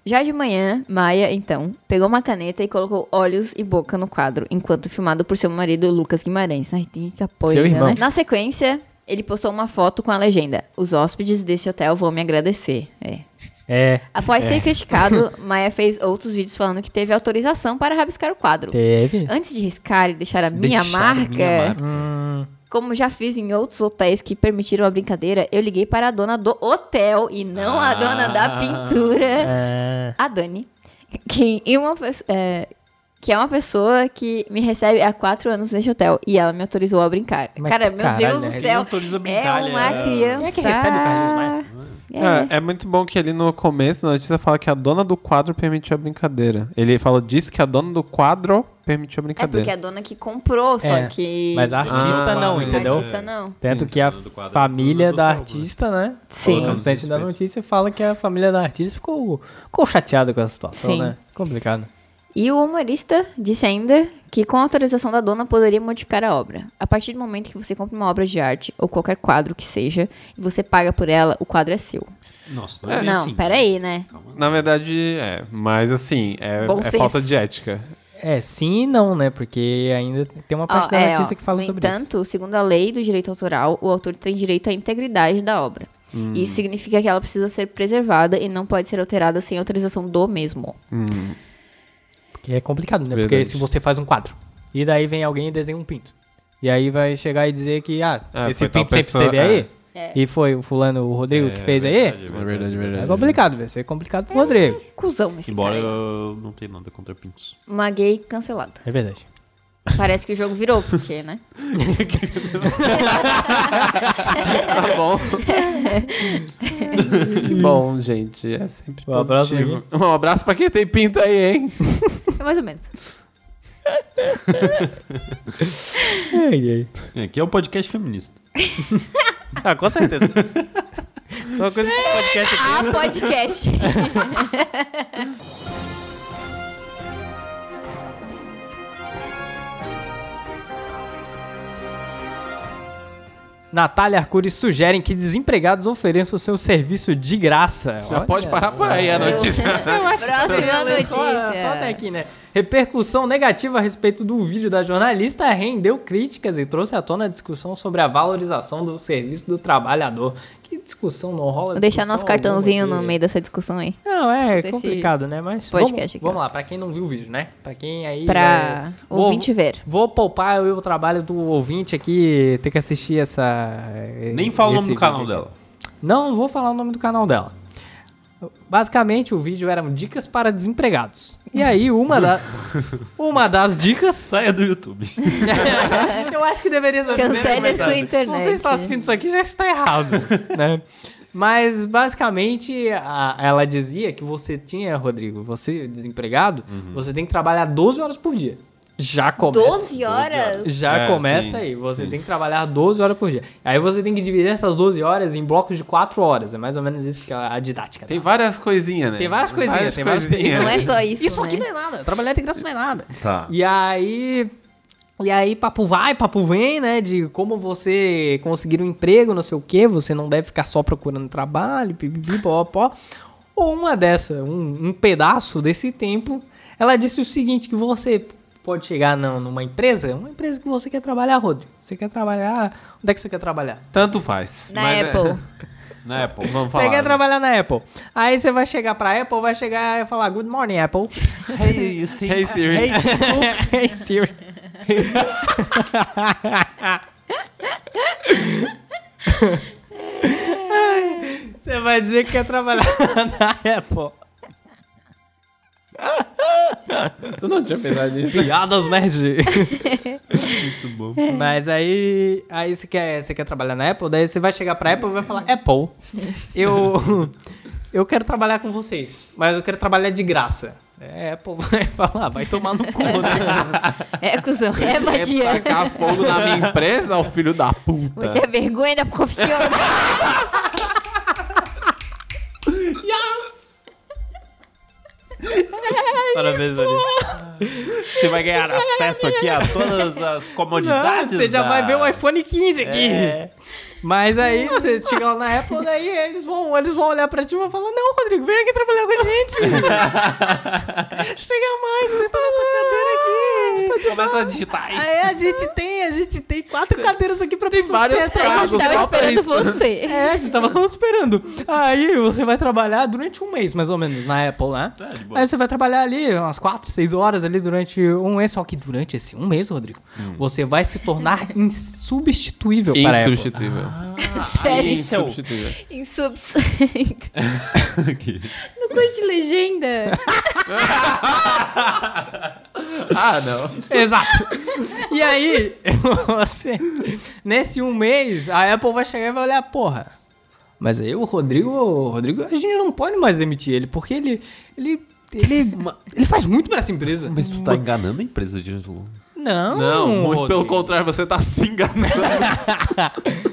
B: Já de manhã, Maia, então, pegou uma caneta e colocou olhos e boca no quadro, enquanto filmado por seu marido Lucas Guimarães. Ai, tem gente que apoia,
A: Seu
B: ainda,
A: irmão.
B: né? Na sequência, ele postou uma foto com a legenda: Os hóspedes desse hotel vão me agradecer. É.
A: É.
B: Após ser criticado, Maia fez outros vídeos falando que teve autorização para rabiscar o quadro.
A: Teve.
B: Antes de riscar e deixar a minha,
D: Deixar
B: marca,
D: minha marca.
A: Hum.
B: como já fiz em outros hotéis que permitiram a brincadeira, eu liguei para a dona do hotel e não a dona da
D: Ah.
B: pintura
A: É.
B: a Dani, que é, uma, pe- é, que é uma pessoa que me recebe há quatro anos neste hotel e ela me autorizou a brincar.
A: Mas
B: Cara,
A: que
B: meu
A: caralho,
B: Deus do
A: eles
B: céu,
D: autorizam a
B: é
D: brincar, Ah,
B: uma
D: né?
B: criança.
A: Quem é que recebe o né? Carlinhos Maia?
B: É.
C: É, é muito bom que ali no começo da notícia fala que a dona do quadro permitiu a brincadeira. Ele fala, disse que a dona do quadro
B: É porque
C: permitiu a brincadeira.
B: é a dona que comprou, só
A: É,
B: que...
A: Mas a artista
C: Ah,
A: não,
C: sim.
A: entendeu?
B: Artista não.
A: Tanto
C: Sim.
A: que a
D: Dona do quadro,
A: família
D: dona do
A: da
D: hotel, né?
A: artista, né?
B: Sim.
A: O assistente da notícia fala que a família da artista ficou, ficou chateada com a situação,
B: Sim.
A: né? Complicado.
B: E o humorista disse ainda que com a autorização da dona poderia modificar a obra. A partir do momento que você compra uma obra de arte, ou qualquer quadro que seja, e você paga por ela, o quadro é seu.
D: Nossa, não é, bem
B: não,
D: assim.
B: peraí, né?
C: Na verdade, é. Mas assim, é,
B: Bom
C: é
B: senso.
C: falta de ética.
A: É, sim e não, né? Porque ainda tem uma parte
B: Ó,
A: da
B: é,
A: notícia
B: ó,
A: que fala
B: no
A: sobre isso.
B: entanto, segundo a lei do direito autoral, o autor tem direito à integridade da obra. Isso significa que ela precisa ser preservada e não pode ser alterada sem autorização do mesmo.
A: Que é complicado, né? Porque
C: Verdade.
A: se você faz um quadro e daí vem alguém e desenha um pinto. E aí vai chegar e dizer que, ah,
C: Ah,
A: esse
C: foi tal
A: pinto sempre
C: pessoa,
A: esteve
C: é.
A: aí.
B: É.
A: E foi o fulano, o Rodrigo que fez aí.
D: verdade,
C: verdade,
A: É complicado, vai ser complicado pro Rodrigo.
B: Cusão esse
D: Embora
B: cara. aí.
D: eu não tenha nada contra pintos.
B: Uma gay cancelada.
A: É verdade.
B: Parece que o jogo virou, porque, né?
C: Tá bom. que bom, gente. É sempre
A: Um abraço
C: positivo. um abraço pra quem tem pinto aí, hein?
B: É mais ou menos.
D: Aqui é um podcast feminista.
A: Ah, com certeza. Só uma coisa que esse podcast tem.
B: Ah, podcast.
A: Natália Arcuri sugerem que desempregados ofereçam seu serviço de graça.
C: Já
A: Olha
C: pode parar por
A: É
C: aí a
B: Eu- tá
C: notícia.
B: Próxima notícia.
A: Só, só até aqui, né? Repercussão negativa a respeito do vídeo da jornalista rendeu críticas e trouxe à tona a discussão sobre a valorização do serviço do trabalhador. Que um discussão não rola?
B: Vou deixar
A: discussão
B: nosso cartãozinho
A: alguma
B: no
A: aqui.
B: meio dessa discussão aí.
A: Não, é
B: Escuta esse
A: complicado, né? Mas
B: podcast
A: vamos,
B: aqui, ó.
A: vamos lá, pra quem não viu o vídeo, né? Pra quem aí...
B: Pra
A: vai-
B: ouvinte ver.
A: Vou poupar eu e o trabalho do ouvinte aqui, ter que assistir essa...
D: Nem fala o nome
A: esse é
D: do canal
A: vídeo aqui.
D: dela.
A: Não vou falar o nome do canal dela. Basicamente, o vídeo era dicas para desempregados. E aí, uma, da, uma das dicas.
D: Saia do YouTube.
A: eu acho que deveria ser.
B: Cancele a sua internet.
A: Você está tá assistindo isso aqui já está errado, né? Mas basicamente a- ela dizia que você tinha, Rodrigo, você desempregado, você tem que trabalhar 12 horas por dia. Já começa.
B: 12 horas?
A: Já
D: É,
A: começa
D: sim,
A: aí. Você
D: sim.
A: tem que trabalhar 12 horas por dia. Aí você tem que dividir essas 12 horas em blocos de 4 horas. É mais ou menos isso que é a didática.
C: Tem
A: tá?
C: várias coisinhas, né?
A: Tem várias coisinhas, tem várias
B: Não é só isso,
A: Isso
B: né?
A: aqui não é nada. Trabalhar de graça não é nada.
D: Tá.
A: E aí. E aí, papo vai, papo vem, né? De como você conseguir um emprego, não sei o quê, você não deve ficar só procurando trabalho, pipipi, pó, pó. Ou uma dessa, um, um pedaço desse tempo, ela disse o seguinte: que você pode chegar num- numa empresa, uma empresa que você quer trabalhar, Rodrigo. Você quer trabalhar. Onde é que você quer trabalhar?
C: Tanto faz.
B: Na
C: mas é-
B: Apple.
D: Na Apple.
C: Vamos
A: Você
C: falar.
A: quer
C: né?
A: trabalhar na Apple. Aí você vai chegar pra Apple, vai chegar e falar Good morning, Apple.
D: Hey, Steve.
C: Hey, Siri.
A: hey Siri. Ai, Você vai dizer que quer trabalhar na Apple.
C: Tu não tinha pensado nisso.
A: Piadas nerd.
D: Muito bom.
A: Mas aí, aí você, quer, você quer trabalhar na Apple, daí você vai chegar pra Apple e vai falar, Apple, eu, eu quero trabalhar com vocês, mas eu quero trabalhar de graça. É, a Apple vai falar, vai tomar no cu. Né?
B: É, cuzão. É, vadia.
C: Quer tacar fogo na minha empresa, ô filho da puta.
B: Você é vergonha da profissão.
D: Parabéns, Alice. Você vai ganhar acesso aqui a todas as
A: Não,
D: comodidades.
A: você já
D: da-
A: vai ver o iPhone 15 aqui.
D: É.
A: Mas aí você chega lá na Apple, daí eles vão, eles vão olhar pra ti e vão falar, não, Rodrigo, vem aqui trabalhar com a gente. chega mais, senta nessa cadeira aqui.
D: Começa a digitar aí.
A: Aí a gente tem, a gente tem quatro cadeiras aqui pra Tem
C: vários
B: A gente
C: Só
B: tava
C: pra
B: esperando
C: isso.
B: você.
A: É, a gente tava só esperando. Aí você vai trabalhar durante um mês, mais ou menos, na Apple, né?
C: É,
D: Tá, de boa.
A: Aí você vai trabalhar ali umas 4, 6 horas ali durante um mês. Só que durante esse um mês, Rodrigo,
C: Hum.
A: você vai se tornar insubstituível para a Apple.
C: Insubstituível. Ah,
B: Sério.
D: Isso é o-
C: Insubstituível.
B: Em subs-
D: Aqui.
E: No cu de legenda.
C: Ah, não.
A: Exato. E aí, você, nesse um mês, a Apple vai chegar e vai olhar, porra. Mas aí o Rodrigo, o Rodrigo, a gente não pode mais demitir ele, porque ele, ele, ele, ele faz muito para essa empresa.
D: Mas tu tá enganando a empresa, D'Angelo.
A: Não,
C: Não, muito pelo
A: Rodrigo.
C: contrário, você tá se enganando.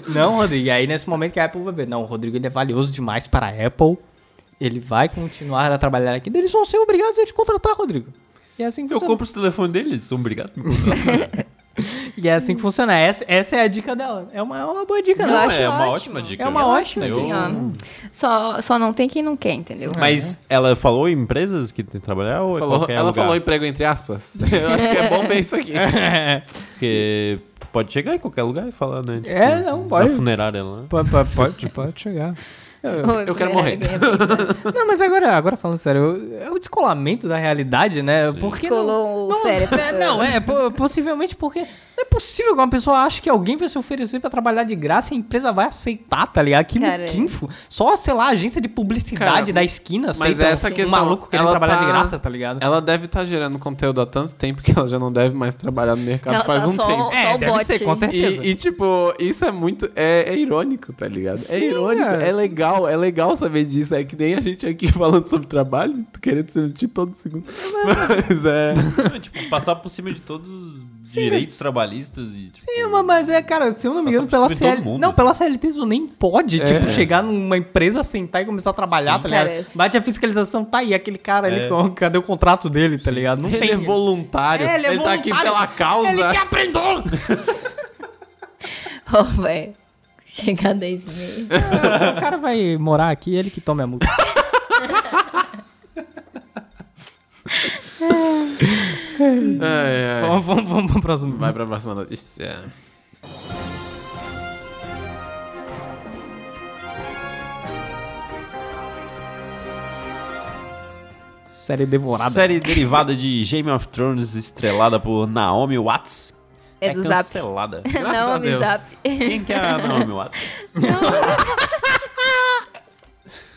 A: Não, Rodrigo. E aí, nesse momento que a Apple vai ver, não, o Rodrigo ele é valioso demais para a Apple. Ele vai continuar a trabalhar aqui. Eles vão ser obrigados a te contratar, Rodrigo. E é assim que
D: Eu
A: funciona.
D: compro os telefones deles, são obrigados.
A: E é assim que funciona. Essa, essa é a dica dela. É uma, é uma boa dica,
E: Eu
A: né?
E: acho
D: é uma
E: ótimo.
D: ótima dica.
A: É uma
E: Eu
A: ótima.
E: acho
A: dica.
E: assim, ó. Só, só não tem quem não quer, entendeu?
B: né?
D: Mas ela falou em empresas que tem que trabalhar ou é
C: Falou-
D: qualquer
C: ela
D: lugar?
C: falou emprego entre aspas. Eu acho que é bom ver isso aqui.
D: Porque pode chegar em qualquer lugar e falar, né? Tipo,
A: É, não, pode.
D: Na funerária lá.
A: Po- po- Pode, pode chegar.
E: Ô,
C: Eu quero
E: funerária
C: morrer.
E: ganha bem, né?
A: Não, mas agora, agora falando sério, eu- é o descolamento da realidade, né? Porque
E: Colou o
A: não,
E: cérebro.
A: é, não, é, po- possivelmente porque não é possível que uma pessoa ache que alguém vai se oferecer pra trabalhar de graça e a empresa vai aceitar, tá ligado? Que
E: Cara,
A: quinfo. Só, sei lá, a agência de publicidade
C: Cara,
A: da esquina aceita
C: essa
A: um
C: questão,
A: maluco querendo
C: ela
A: trabalhar
C: tá-
A: de graça, tá ligado?
C: Ela deve estar gerando conteúdo há tanto tempo que ela já não deve mais trabalhar no mercado
E: Ela
C: faz
E: tá
C: um
E: só-
C: tempo.
A: é,
E: o
A: deve
E: bote.
A: ser, com certeza.
C: E, e, tipo, isso é muito. É, é irônico, tá ligado? é
A: Sim,
C: irônico.
A: cara.
C: É legal, é legal saber disso. É que nem a gente aqui falando sobre trabalho, querendo se mentir todo segundo. Mas é.
D: É, tipo, passar por cima de todos os direitos trabalhistas e tipo,
A: Sim, mas- mas é, cara, se eu não me engano,
D: Passar
A: pela
D: por cima de
A: CL...
D: todo mundo,
A: não,
D: assim.
A: pela CLT tu nem pode,
C: É.
A: tipo, chegar numa empresa, sentar e começar a trabalhar, tá ligado?
E: Cara,
A: Bate a fiscalização, tá aí, aquele cara ali,
D: É.
A: com- cadê o contrato dele, tá ligado? Não
C: ele
A: tem.
C: é voluntário.
A: É, ele
C: ele
A: é
C: tá aqui
A: voluntário.
C: pela causa.
A: Ele que aprendeu!
E: Ô, velho. Chegar 10 e meia.
A: o cara vai morar aqui, ele que tome a multa.
C: Ai, ai.
A: vamos, vamos, vamos pro próximo.
C: É, Vai pra próxima notícia.
A: Série devorada.
D: Série derivada de Game of Thrones estrelada por Naomi Watts.
E: É do Zap.
D: cancelada.
E: Não,
C: a
E: me
C: Deus.
E: Zap.
D: Quem que é a Naomi Watts?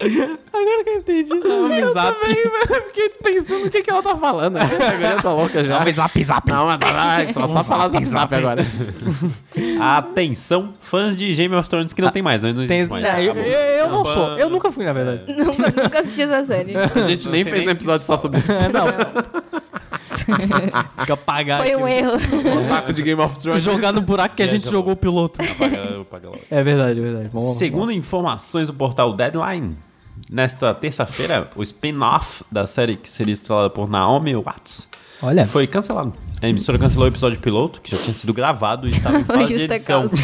A: Agora que eu entendi, não, amizade.
C: Eu fiquei pensando o que, que ela tá falando. A galera tá louca já.
A: Zap, zap.
C: Não, mas ah, só, só falar zap zap agora.
D: Atenção, fãs de Game of Thrones que não tem mais, né? Não
A: Ah, Tem,
D: existe mais.
A: não, É, eu,
D: acabou.
A: eu não
D: Fã-
A: sou. Eu nunca fui, na verdade.
E: Nunca, nunca assisti essa série.
C: A gente nem
D: sei
C: fez um
D: nem o que
C: episódio
D: se
C: só sobre isso.
A: Não. Fica apagado.
E: Foi um erro.
C: O taco de Game of Thrones.
A: Jogar no buraco que a
D: Já,
A: gente
D: já
A: jogou o piloto.
D: Apaga, eu apago logo.
A: É verdade, é verdade. Vamos-
D: Segundo informações do portal Deadline, nesta terça-feira, o spin-off da série que seria estrelada por Naomi Watts
A: vamos- Olha,
D: foi cancelado. A emissora cancelou o episódio piloto, que já tinha sido gravado e estava em fase de
E: Justa
D: edição.
E: causa.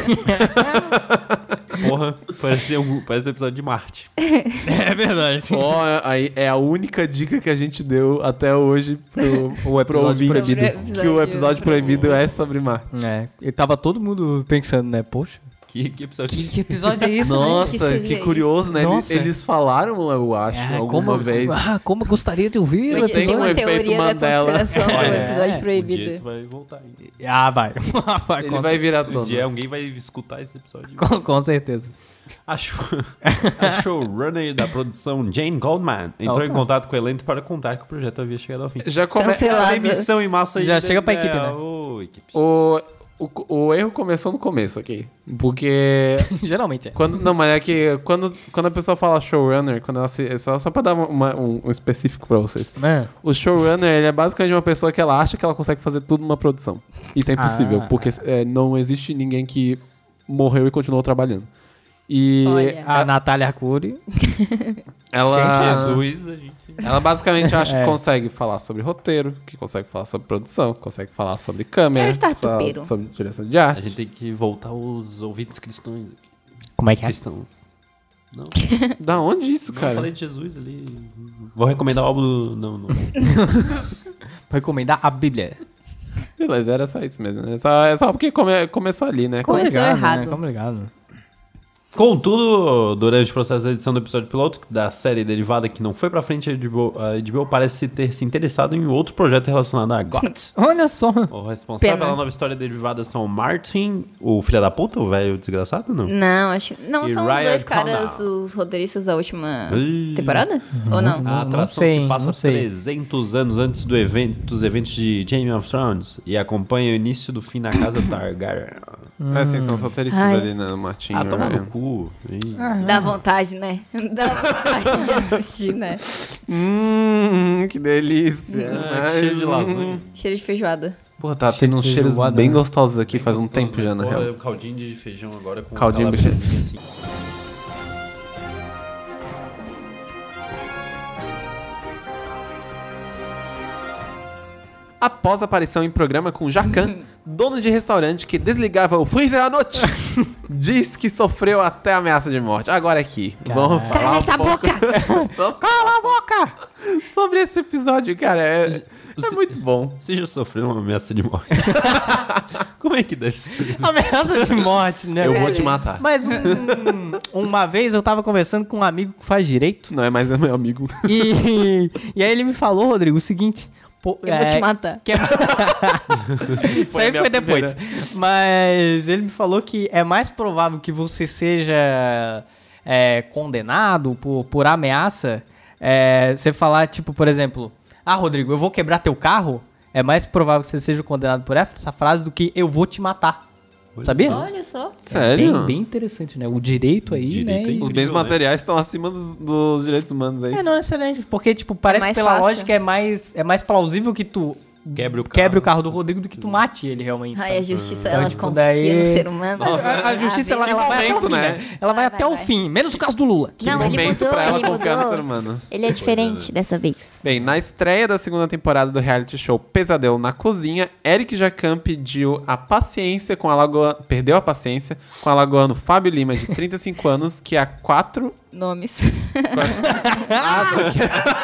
D: Porra, parecia um, parece um episódio de Marte.
A: é verdade.
C: Ó, aí é a única dica que a gente deu até hoje pro,
A: O episódio
C: pro ouvinte
A: proibido.
E: Sobre o
C: que o
E: episódio
C: episódio proibido, é sobre mar.
A: É, e tava todo mundo pensando, né? Poxa.
D: Que, que episódio.
A: episódio é esse?
E: Que seria isso? É,
C: né?
A: Nossa.
C: falaram, eu acho,
A: Ah, como eu gostaria de ouvir.
E: Podia
C: tem
E: ter
C: um
E: uma
C: efeito
E: teoria da
C: Mandela.
E: conspiração do
A: É.
E: episódio
D: Um dia isso
E: proibido.
D: vai voltar aí.
A: Ah, vai. vai,
C: Ele
A: com,
C: vai virar
D: Um
C: todo.
A: né?
D: dia alguém vai escutar esse episódio.
A: com- com certeza.
D: A, show... a showrunner da produção Jane Goldman entrou em
A: Opa.
D: contato com o elenco para contar que o projeto havia chegado ao fim.
C: Já começa.
E: Cancelado.
D: Essa demissão em massa aí.
A: Já
D: de-
A: chega pra equipe,
D: é,
A: né?
D: ô, equipe.
C: O, o, o erro começou no começo aqui. Porque
A: Geralmente é.
C: Quando, não, mas é que quando, quando a pessoa fala showrunner, quando ela se, é só, só pra dar uma- um, um específico pra vocês.
A: Né?
C: O showrunner, ele é basicamente uma pessoa que ela acha que ela consegue fazer tudo numa produção. Isso é impossível,
A: Ah.
C: porque é, não existe ninguém que morreu e continuou trabalhando. E
E: Olha.
A: A Natália Arcuri.
D: Tem
C: ela,
D: Jesus, a gente.
C: ela basicamente acha
A: É.
C: que consegue falar sobre roteiro, que consegue falar sobre produção, consegue falar sobre câmera,
E: É o startupeiro.
C: fala sobre direção de arte.
D: A gente tem que voltar os ouvidos cristãos aqui.
A: Como é que é?
D: Cristãos. Não, não
C: Da onde isso, cara?
D: falei de Jesus ali. Vou recomendar o álbum do. Não, não.
A: Vou recomendar a Bíblia.
C: Beleza, era só isso mesmo. né? É só, é só porque come- começou ali, né?
E: Começou errado.
A: Né? Como ligado.
D: Contudo, durante o processo da edição do episódio piloto da série derivada que não foi pra frente, a HBO, a HBO parece ter se interessado em outro projeto relacionado a GOT.
A: Olha só.
D: O responsável
E: Pena.
D: pela nova história derivada são Martin, o filho da puta, o velho desgraçado, não?
E: Não, acho. Não,
D: E
E: são
D: Ryan
E: os dois caras,
D: Condal.
E: os roteiristas da última
D: Ih. Ah.
E: temporada? Ou não?
D: A
A: não
D: atração
A: sei,
D: se passa
A: não sei.
D: 300 anos antes do evento, dos eventos de Game of Thrones e acompanha o início do fim na casa Targaryen.
C: É, assim, são solteiristas
E: Ai.
C: ali no Martinho. né?
D: ah, toma no cu. Ih.
A: Ah.
E: Dá vontade, né? Dá vontade de assistir, né?
C: Hum, que delícia.
D: Ah, que cheiro de lasanha.
E: Cheiro de feijoada.
C: Pô, tá tendo uns
A: de
C: cheiros
A: feijoada,
C: bem
A: né?
C: gostosos aqui faz um
D: Gostoso,
C: tempo
D: né?
C: já, na
D: Porra,
C: real.
D: Caldinho de feijão agora com
C: Caldinho de
D: calabresinha assim.
C: após aparição em programa com Jacan, dono de restaurante que desligava o freezer à noite, diz que sofreu até ameaça de morte. Agora é aqui, vamos
A: Cala
C: falar um
B: essa
C: pouco-
B: boca!
C: Vamos Cala a boca! Sobre esse episódio, cara, é, é
D: Você-
C: muito bom.
D: Você já sofreu uma ameaça de morte? Como é que deve ser?
A: Ameaça de morte, né?
C: Eu
A: velho?
C: vou te matar.
A: Mas um- uma vez eu tava conversando com um amigo que faz direito
C: Não é mais meu amigo.
A: e, e aí ele me falou, Rodrigo, o seguinte. pô,
E: Eu vou
A: é,
E: te matar.
A: que é- Isso
C: Foi a
A: aí
C: minha
A: foi depois. Mas ele me falou que é mais provável que você seja é, condenado por, por ameaça. é, você falar, tipo, por exemplo, ah, Rodrigo, eu vou quebrar teu carro. É mais provável que você seja condenado por essa frase do que eu vou te matar. Sabia?
E: Olha só.
A: É
C: Sério?
A: bem, bem interessante, né? O direito aí,
D: Direito
A: né? e-
D: é
C: Os bens
D: Incrível, né?
C: materiais estão acima dos, dos direitos humanos, é isso?
A: É, não, excelente. Porque, tipo, parece que
B: mais
A: pela
B: fácil.
A: lógica é mais, é mais plausível que tu
D: Quebra o carro.
A: quebre o carro do Rodrigo do que tu mate ele realmente.
E: Ai,
A: sabe?
E: a justiça,
A: Então,
E: ela
A: tipo,
E: confia
A: daí-
E: no ser humano.
A: A, a justiça,
E: Ah,
A: ela, ela vai até o
C: é. momento,
A: fim,
C: né?
A: né? Ela vai, é
E: Vai,
A: até
E: vai,
A: o
E: vai.
A: fim, menos o caso do Lula.
E: Não, ele
C: Momento
E: mudou,
C: pra ela
E: ele
C: confiar no ser
E: mudou.
C: humano.
E: Ele é diferente dessa vez.
C: Bem, na estreia da segunda temporada do reality show Pesadelo na Cozinha, Eric Jacan pediu a paciência com a Lagoa... Perdeu a paciência com a lagoano Fábio Lima, de 35 anos, que há quatro...
E: Nomes.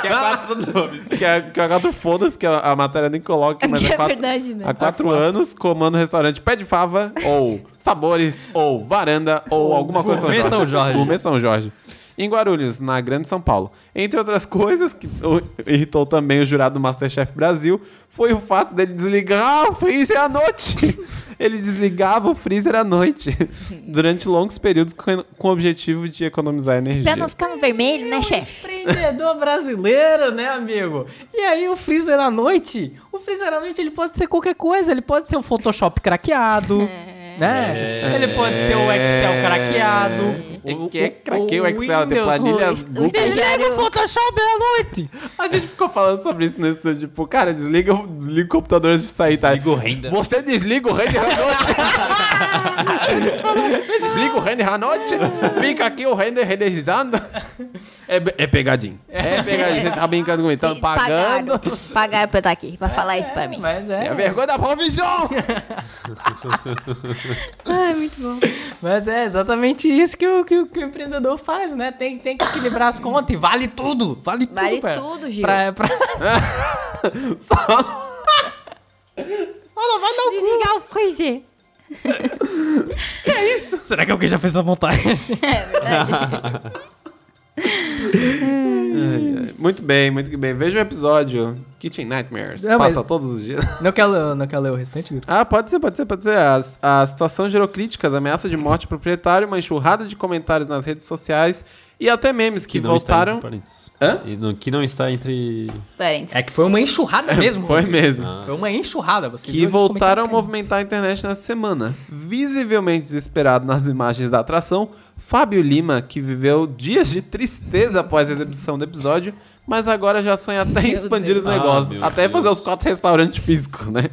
D: Que é quatro nomes.
C: Que há, que é há quatro fodas, que a, a matéria nem coloca, mas
E: Que
C: há
E: é
C: quatro,
E: verdade, né?
C: há quatro anos comanda o restaurante Pé de Fava, ou Sabores, ou Varanda, ou alguma coisa
D: Gourmet São Jorge.
C: Gourmet São Jorge. Em Guarulhos, na Grande São Paulo. Entre outras coisas, que o- irritou também o jurado do Masterchef Brasil, foi o fato dele desligar o freezer à noite. Ele desligava o freezer à noite, durante longos períodos, com, com o objetivo de economizar energia.
B: Pra não ficar no vermelho, né, chefe?
A: Empreendedor brasileiro, né, amigo? E aí o freezer à noite? O freezer à noite ele pode ser qualquer coisa, ele pode ser um Photoshop craqueado, né? Ele pode ser o Excel craqueado.
C: É que é craqueio o Excel, tem planilhas
B: o
C: Google.
B: Instagram.
A: Desliga o Photoshop tá à noite.
C: A gente ficou falando sobre isso no estúdio, tipo, cara, desliga, o- desliga o computador antes de sair, tá?
D: Desliga o render.
C: Você desliga o render à noite. Você desliga o render à noite, fica aqui o render renderizando. É, be- é pegadinha. É pegadinha, você tá brincando comigo, tá pagando.
B: Pagaram, pagaram pra eu estar aqui, pra falar isso pra mim.
A: Mas
C: É
A: é,
C: a vergonha da profissão!
A: É, mas é exatamente isso que o, que, o- que o empreendedor faz, né? Tem, tem que equilibrar as contas e vale tudo. Vale tudo,
B: Vale
A: pra-
B: tudo, Gil.
A: pra- pra-
C: Só-
E: Desligar o freezer.
A: É Será que alguém já fez a montagem?
C: muito bem, muito bem. Veja o episódio Kitchen Nightmares.
A: É, mas-
C: Passa todos os dias.
A: Não quer, ler- não quer ler o restante? Vitor?
C: Ah, pode ser, pode ser, pode ser. A, a situação gerou críticas, ameaça de morte ao proprietário, uma enxurrada de comentários nas redes sociais e até memes que,
D: Que não
C: voltaram.
D: está entre parênteses.
C: Hã?
D: E no- que não está entre...
B: Parênteses.
A: É que foi uma enxurrada mesmo.
C: Foi mesmo.
D: Ah.
A: Foi uma enxurrada. Você
C: Que voltaram a movimentar a internet nessa semana. Visivelmente desesperado nas imagens da atração, Fábio Lima, que viveu dias de tristeza após a exibição do episódio, mas agora já sonha até em expandir os
D: Ah,
C: negócios.
D: meu
C: até
D: Deus.
C: fazer os quatro restaurantes físicos, né?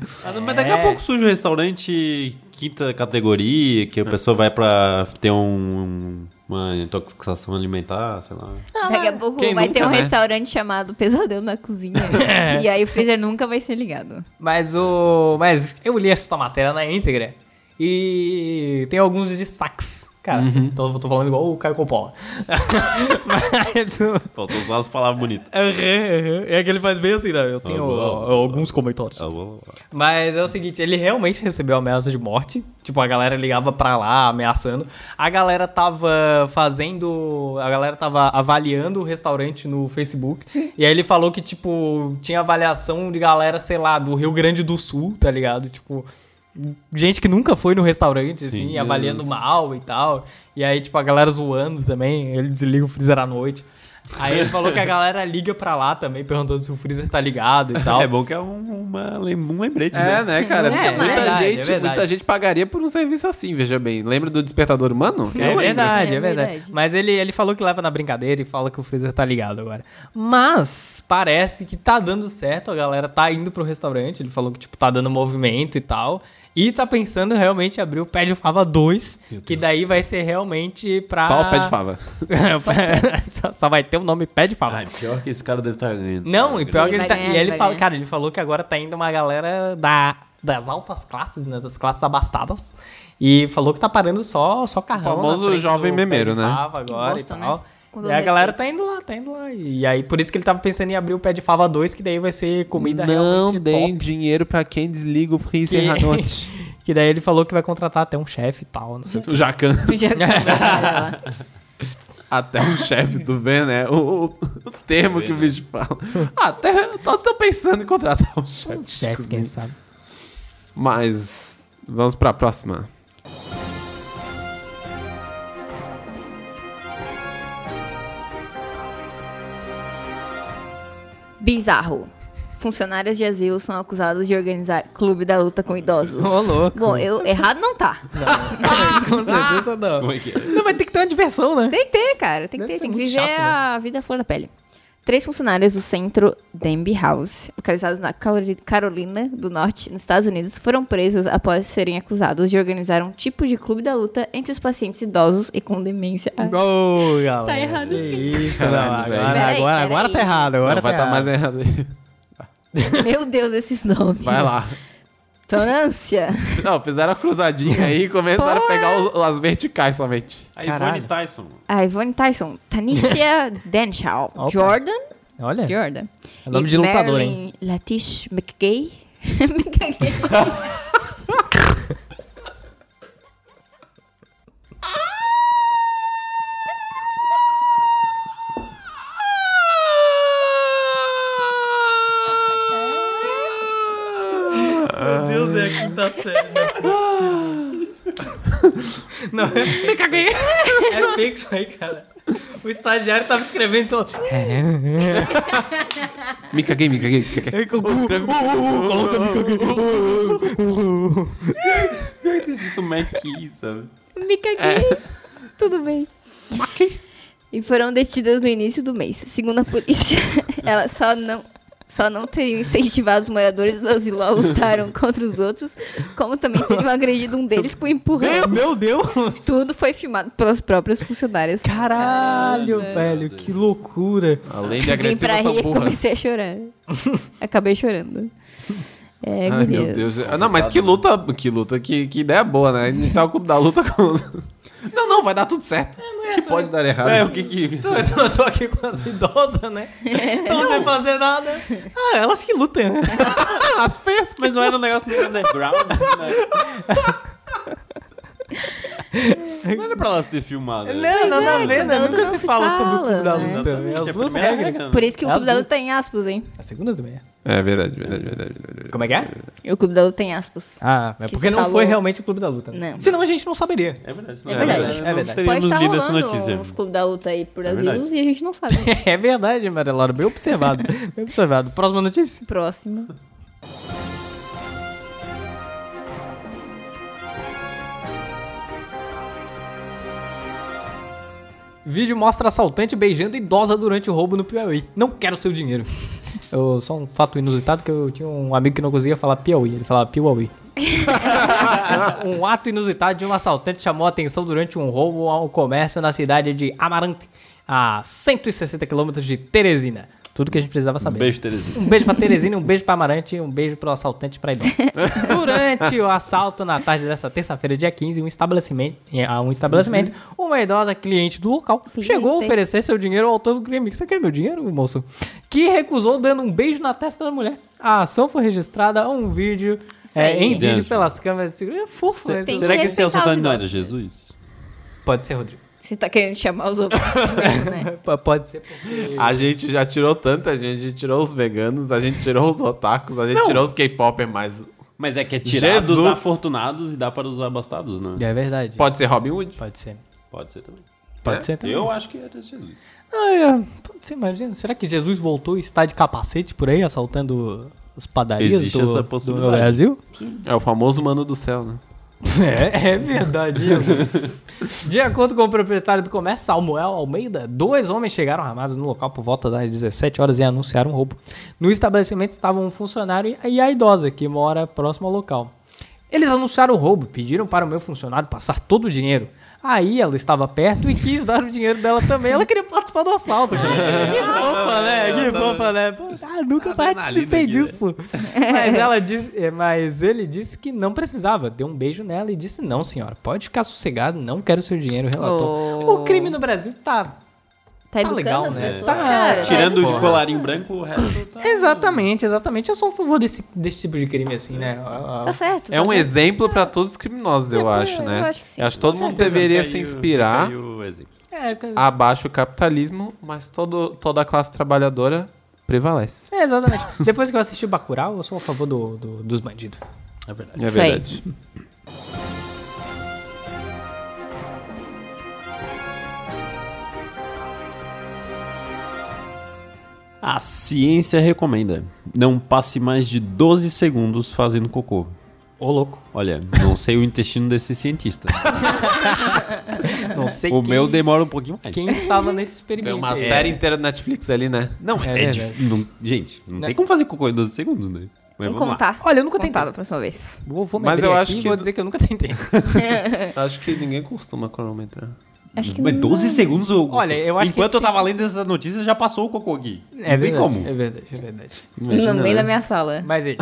D: Mas daqui a pouco surge um restaurante quinta categoria, que a pessoa vai pra ter um, uma intoxicação alimentar, sei lá.
B: Daqui a pouco
C: Quem
B: vai ter
C: nunca,
B: um
C: né?
B: restaurante chamado Pesadelo na Cozinha.
A: É.
B: e aí o freezer nunca vai ser ligado.
A: Mas o. Mas eu li essa matéria na íntegra e tem alguns destaques. Cara, assim, tô, tô falando igual o Caio Coppola. mas o.
D: Faltou usar as palavras bonitas.
A: Aham, aham. É que ele faz bem assim, né? Eu tenho
D: Ah,
A: ó, alguns comentários.
D: Ah, vou-
A: Mas é o seguinte, ele realmente recebeu ameaça de morte. Tipo, a galera ligava pra lá ameaçando. A galera tava fazendo. A galera tava avaliando o restaurante no Facebook. e aí ele falou que, tipo, tinha avaliação de galera, sei lá, do Rio Grande do Sul, tá ligado? Tipo. Gente que nunca foi no restaurante, assim,
D: Deus.
A: avaliando mal e tal. E aí, tipo, a galera zoando também. Ele desliga o freezer à noite. Aí ele falou que a galera liga pra lá também, perguntando se o freezer tá ligado e tal.
D: É bom que é um, uma lem- um lembrete,
C: É,
D: né?
C: né, cara?
A: É,
C: muita,
A: é verdade, é
C: gente,
A: verdade.
C: muita gente pagaria por um serviço assim, veja bem. Lembra do despertador humano?
A: É verdade,
B: É
A: é verdade.
B: verdade.
A: Mas ele, ele falou que leva na brincadeira e fala que o freezer tá ligado agora. Mas parece que tá dando certo, a galera tá indo pro restaurante. Ele falou que, tipo, tá dando movimento e tal. E tá pensando realmente em abrir o Pé de Fava 2,
D: Meu
A: que
D: Deus
A: daí vai ser realmente pra.
C: Só o pé de fava.
A: só, só vai ter o nome Pé de Fava.
D: Ai, pior que esse cara deve estar ganhando.
A: Não, e pior que
B: Ele
A: ele
B: vai
A: tá.
B: ganhar,
A: e ele
B: vai
A: fala,
B: ganhar.
A: cara, ele falou que agora tá indo uma galera da, das altas classes, né? Das classes abastadas. E falou que tá parando só, só carrão. na
C: famoso
A: frente
C: jovem
A: do pé
C: memeiro,
A: de
C: né?
A: Fava agora
B: bosta,
A: e tal.
B: né? Com todo
A: E a galera
B: respeito.
A: tá indo lá, tá indo lá. E aí, por isso que ele tava pensando em abrir o pé de fava 2, que daí vai ser comida
C: Não
A: realmente
C: deem
A: top.
C: dinheiro pra quem desliga o freezer
A: Que-
C: à noite.
A: Que daí ele falou que vai contratar até um chefe e tal, não sei o que.
C: O Jacan.
B: Eu já lá.
C: Até o chefe, tu vê, né? O, o- o termo que o bicho fala. Ah, Até eu tô, tô pensando em contratar um chefe. de
A: Chefe,
C: cozinha.
A: quem sabe.
C: Mas vamos pra próxima.
B: Bizarro. Funcionários de asilo são acusados de organizar clube da luta com idosos.
A: Ô, louco.
B: Bom, eu, errado não tá.
A: Com certeza não.
D: Como é que é?
A: Não, mas tem que ter uma diversão, né?
B: Tem que ter, cara. Tem que
A: Deve
B: ter.
A: ser
B: Tem que
A: muito
B: viver
A: chato, né?
B: a vida à flor da pele. Três funcionários do centro Denby House, localizados na Calori- Carolina do Norte, nos Estados Unidos, foram presos após serem acusados de organizar um tipo de clube da luta entre os pacientes idosos e com demência.
A: Um
B: Ah,
A: Ô, galera.
E: Tá errado
A: que
E: sim.
A: Isso, não. Agora,
C: Caralho, velho.
A: agora,
B: Peraí, peraí.
A: agora tá errado. Agora
C: Não, vai
A: tá
C: estar
A: errado.
C: mais errado aí.
B: Meu Deus, esses nomes.
C: Vai lá.
B: Tonância.
C: Não, fizeram a cruzadinha aí e começaram a pegar os- as verticais somente.
D: A
A: Caralho.
D: Ivone Tyson. mano.
B: A Ah, Ivone Tyson. Tanisha Denshall.
A: Opa.
B: Jordan.
A: Olha.
B: Jordan.
A: É nome de lutador, hein?
B: Marilyn Latish McGay. McGay.
A: Meu Deus, é a quinta série. Não, é fixo. É fixo aí, cara. O estagiário tava escrevendo só.
C: Me caguei, me caguei, me caguei.
D: Pior que tem sido McKee, sabe?
B: Me caguei.
A: É.
B: Tudo bem. E foram detidas no início do mês. Segundo a polícia, elas só não, só não teriam incentivado os moradores do asilo a lutaram contra os outros, como também teriam agredido um deles com um empurrão.
A: É, Meu Deus!
B: Tudo foi filmado pelas próprias funcionárias.
A: Caralho, velho, que loucura.
C: Além de
B: Vim
C: agressiva,
B: pra rir
C: são
B: e
C: burras.
B: comecei a chorar. Acabei chorando. É,
C: Ai,
B: guria.
C: meu Deus. Ah, Não, mas que luta, que luta, que, que ideia boa, né? Iniciar o clube da luta com... Não, não, vai dar tudo certo. que pode dar errado.
D: É, o que que...
A: Eu tô, eu tô aqui com as idosas, né? Estão sem fazer nada. Ah, elas que lutem, né?
C: Ah, as feias.
D: Mas não era um negócio meio underground, né? Não era pra elas ter filmado. né?
A: Não, nada
B: é,
A: a ver, né?
B: cada outra
A: Nunca
B: não
A: se
B: se
A: fala sobre o
B: fala,
A: clube da
B: né?
A: luta.
D: Exatamente,
A: É as
D: que é a
A: duas
D: primeira
A: regras.
D: regra, né?
B: Por isso que o
A: É as
B: Clube da
A: duas.
B: Luta tem aspas, hein?
A: A segunda também. é.
C: É verdade, verdade, verdade. verdade.
A: Como é que é?
B: O Clube da Luta tem aspas.
A: Ah, é
B: Que
A: porque
B: se
A: não
B: falou-
A: foi realmente o clube da luta. né?
B: Não.
A: Senão a gente não saberia.
D: É verdade.
B: É verdade,
D: Não,
A: é
D: não
A: verdade.
D: teríamos
B: Pode estar
D: lido essa
B: rolando
D: notícia.
B: uns Clube da Luta aí por
D: É
B: asilos e a gente não sabe.
A: É verdade, Maria Laura. Bem observado. Bem observado. Próxima notícia.
B: Próximo.
A: Vídeo mostra assaltante beijando idosa durante o roubo no Piauí. Não quero seu dinheiro. Eu, só um fato inusitado que eu tinha um amigo que não conseguia falar Piauí. Ele falava Piauí. um ato inusitado de um assaltante chamou a atenção durante um roubo a um comércio na cidade de Amarante, a 160 quilômetros de Teresina. Tudo que a gente precisava saber.
D: Beijo, Terezinha.
A: Um beijo pra Teresina, um beijo pra Amarante e um beijo pro assaltante pra idosa. Durante o assalto na tarde dessa terça-feira, dia 15, um estabelecimento, eh, ah, um estabelecimento,
B: Uhum.
A: uma idosa cliente do local chegou a oferecer seu dinheiro ao autor do crime. Você quer meu dinheiro, moço? Que recusou dando um beijo na testa da mulher. A ação foi registrada a um vídeo, eh,
B: aí.
A: em vídeo
D: Dentro.
A: pelas câmeras. de segurança. É fofo, né?
B: Tem
D: Será
B: que
D: que esse é o
B: respeitar os
D: Santana não era
B: idosos.
D: Jesus?
A: Pode ser, Rodrigo.
B: Você tá querendo chamar os outros, de velho, né?
A: P- Pode ser.
C: A gente já tirou tanta gente. A gente tirou os veganos, a gente tirou os otakus, a gente tirou os K-popers, mas
D: Mas é que é tirar dos
C: Jesus.
D: afortunados e dá para os abastados, né?
A: É verdade.
C: pode ser Robin Hood.
A: Pode ser.
D: Pode ser também.
A: Pode
C: É?
A: ser também.
D: Eu acho que era Jesus.
A: Ah, é. Pode ser, imagina. Será que Jesus voltou e está de capacete por aí, assaltando as padarias
D: Existe
A: do,
D: essa
A: do
D: possibilidade.
A: Brasil?
C: É o famoso mano do céu, né?
A: É, é verdade isso. De acordo com o proprietário do comércio, Samuel Almeida, dois homens chegaram armados no local por volta das 17 horas e anunciaram um roubo. No estabelecimento estavam um funcionário e a idosa, que mora próximo ao local. Eles anunciaram o roubo, pediram para o meu funcionário passar todo o dinheiro. Aí ela estava perto e quis dar o dinheiro dela também. Ela queria participar do assalto. cara. que fofa, né? Que fofa, né? Pô, ah, nunca participei
D: aqui, né?
A: disso. Mas ela disse, é, mas ele disse que não precisava. Deu um beijo nela e disse: "Não, senhora, pode ficar sossegado, não quero seu dinheiro", relatou.
B: Oh.
A: O crime no Brasil tá
E: Tá
A: Tá
E: educando
A: legal,
E: as
A: né?
E: pessoas,
A: Tá
B: É.
E: cara.
D: Tirando
E: tá
D: de colarinho branco, o resto tá...
A: Exatamente, exatamente. Eu sou a favor desse, desse tipo de crime, assim, né? A-
B: Tá
A: a-
B: certo.
C: É
B: tá
C: um
B: certo.
C: exemplo pra todos os criminosos, eu
B: Eu
C: acho,
B: acho
C: né?
B: que sim.
C: que todo mundo deveria se inspirar.
D: Fica aí o exemplo.
A: É, cara.
C: Abaixa o capitalismo, mas todo, toda a classe trabalhadora prevalece.
A: É, exatamente. Depois que eu assisti o Bacurau, eu sou a favor do, do- dos bandidos.
D: É verdade.
C: É
B: Isso aí.
C: verdade.
D: A ciência recomenda. Não passe mais de 12 segundos fazendo cocô.
A: Ô, louco.
D: Olha, não sei o intestino desse cientista.
A: Não sei
D: o
A: quem,
D: meu demora um pouquinho mais.
A: quem estava nesse experimento.
C: Tem uma
A: aí.
C: série inteira do Netflix ali, né?
D: Não,
A: É
D: é,
A: verdade.
D: dif- não- Gente, não
A: Né?
D: tem como fazer cocô em 12 segundos, né? Mas
B: Vamos
D: vamos lá.
B: contar.
A: Olha, eu nunca
B: Contar da
A: tentei.
B: próxima vez.
A: Vou, vou me
C: Mas
A: abrir
C: eu
A: aqui
C: acho
A: e
C: que-
A: vou dizer que eu nunca tentei.
C: Acho que ninguém costuma cronometrar.
B: Acho que
D: Mas
B: não-
D: 12 segundos. eu-
A: Hum. Olha, eu acho que
D: Enquanto eu
A: esse-
D: tava lendo essa notícia, já passou o cocô aqui.
A: É
D: não tem
A: verdade,
D: como.
A: É verdade, é verdade.
B: no meio da minha sala.
A: Mas aí,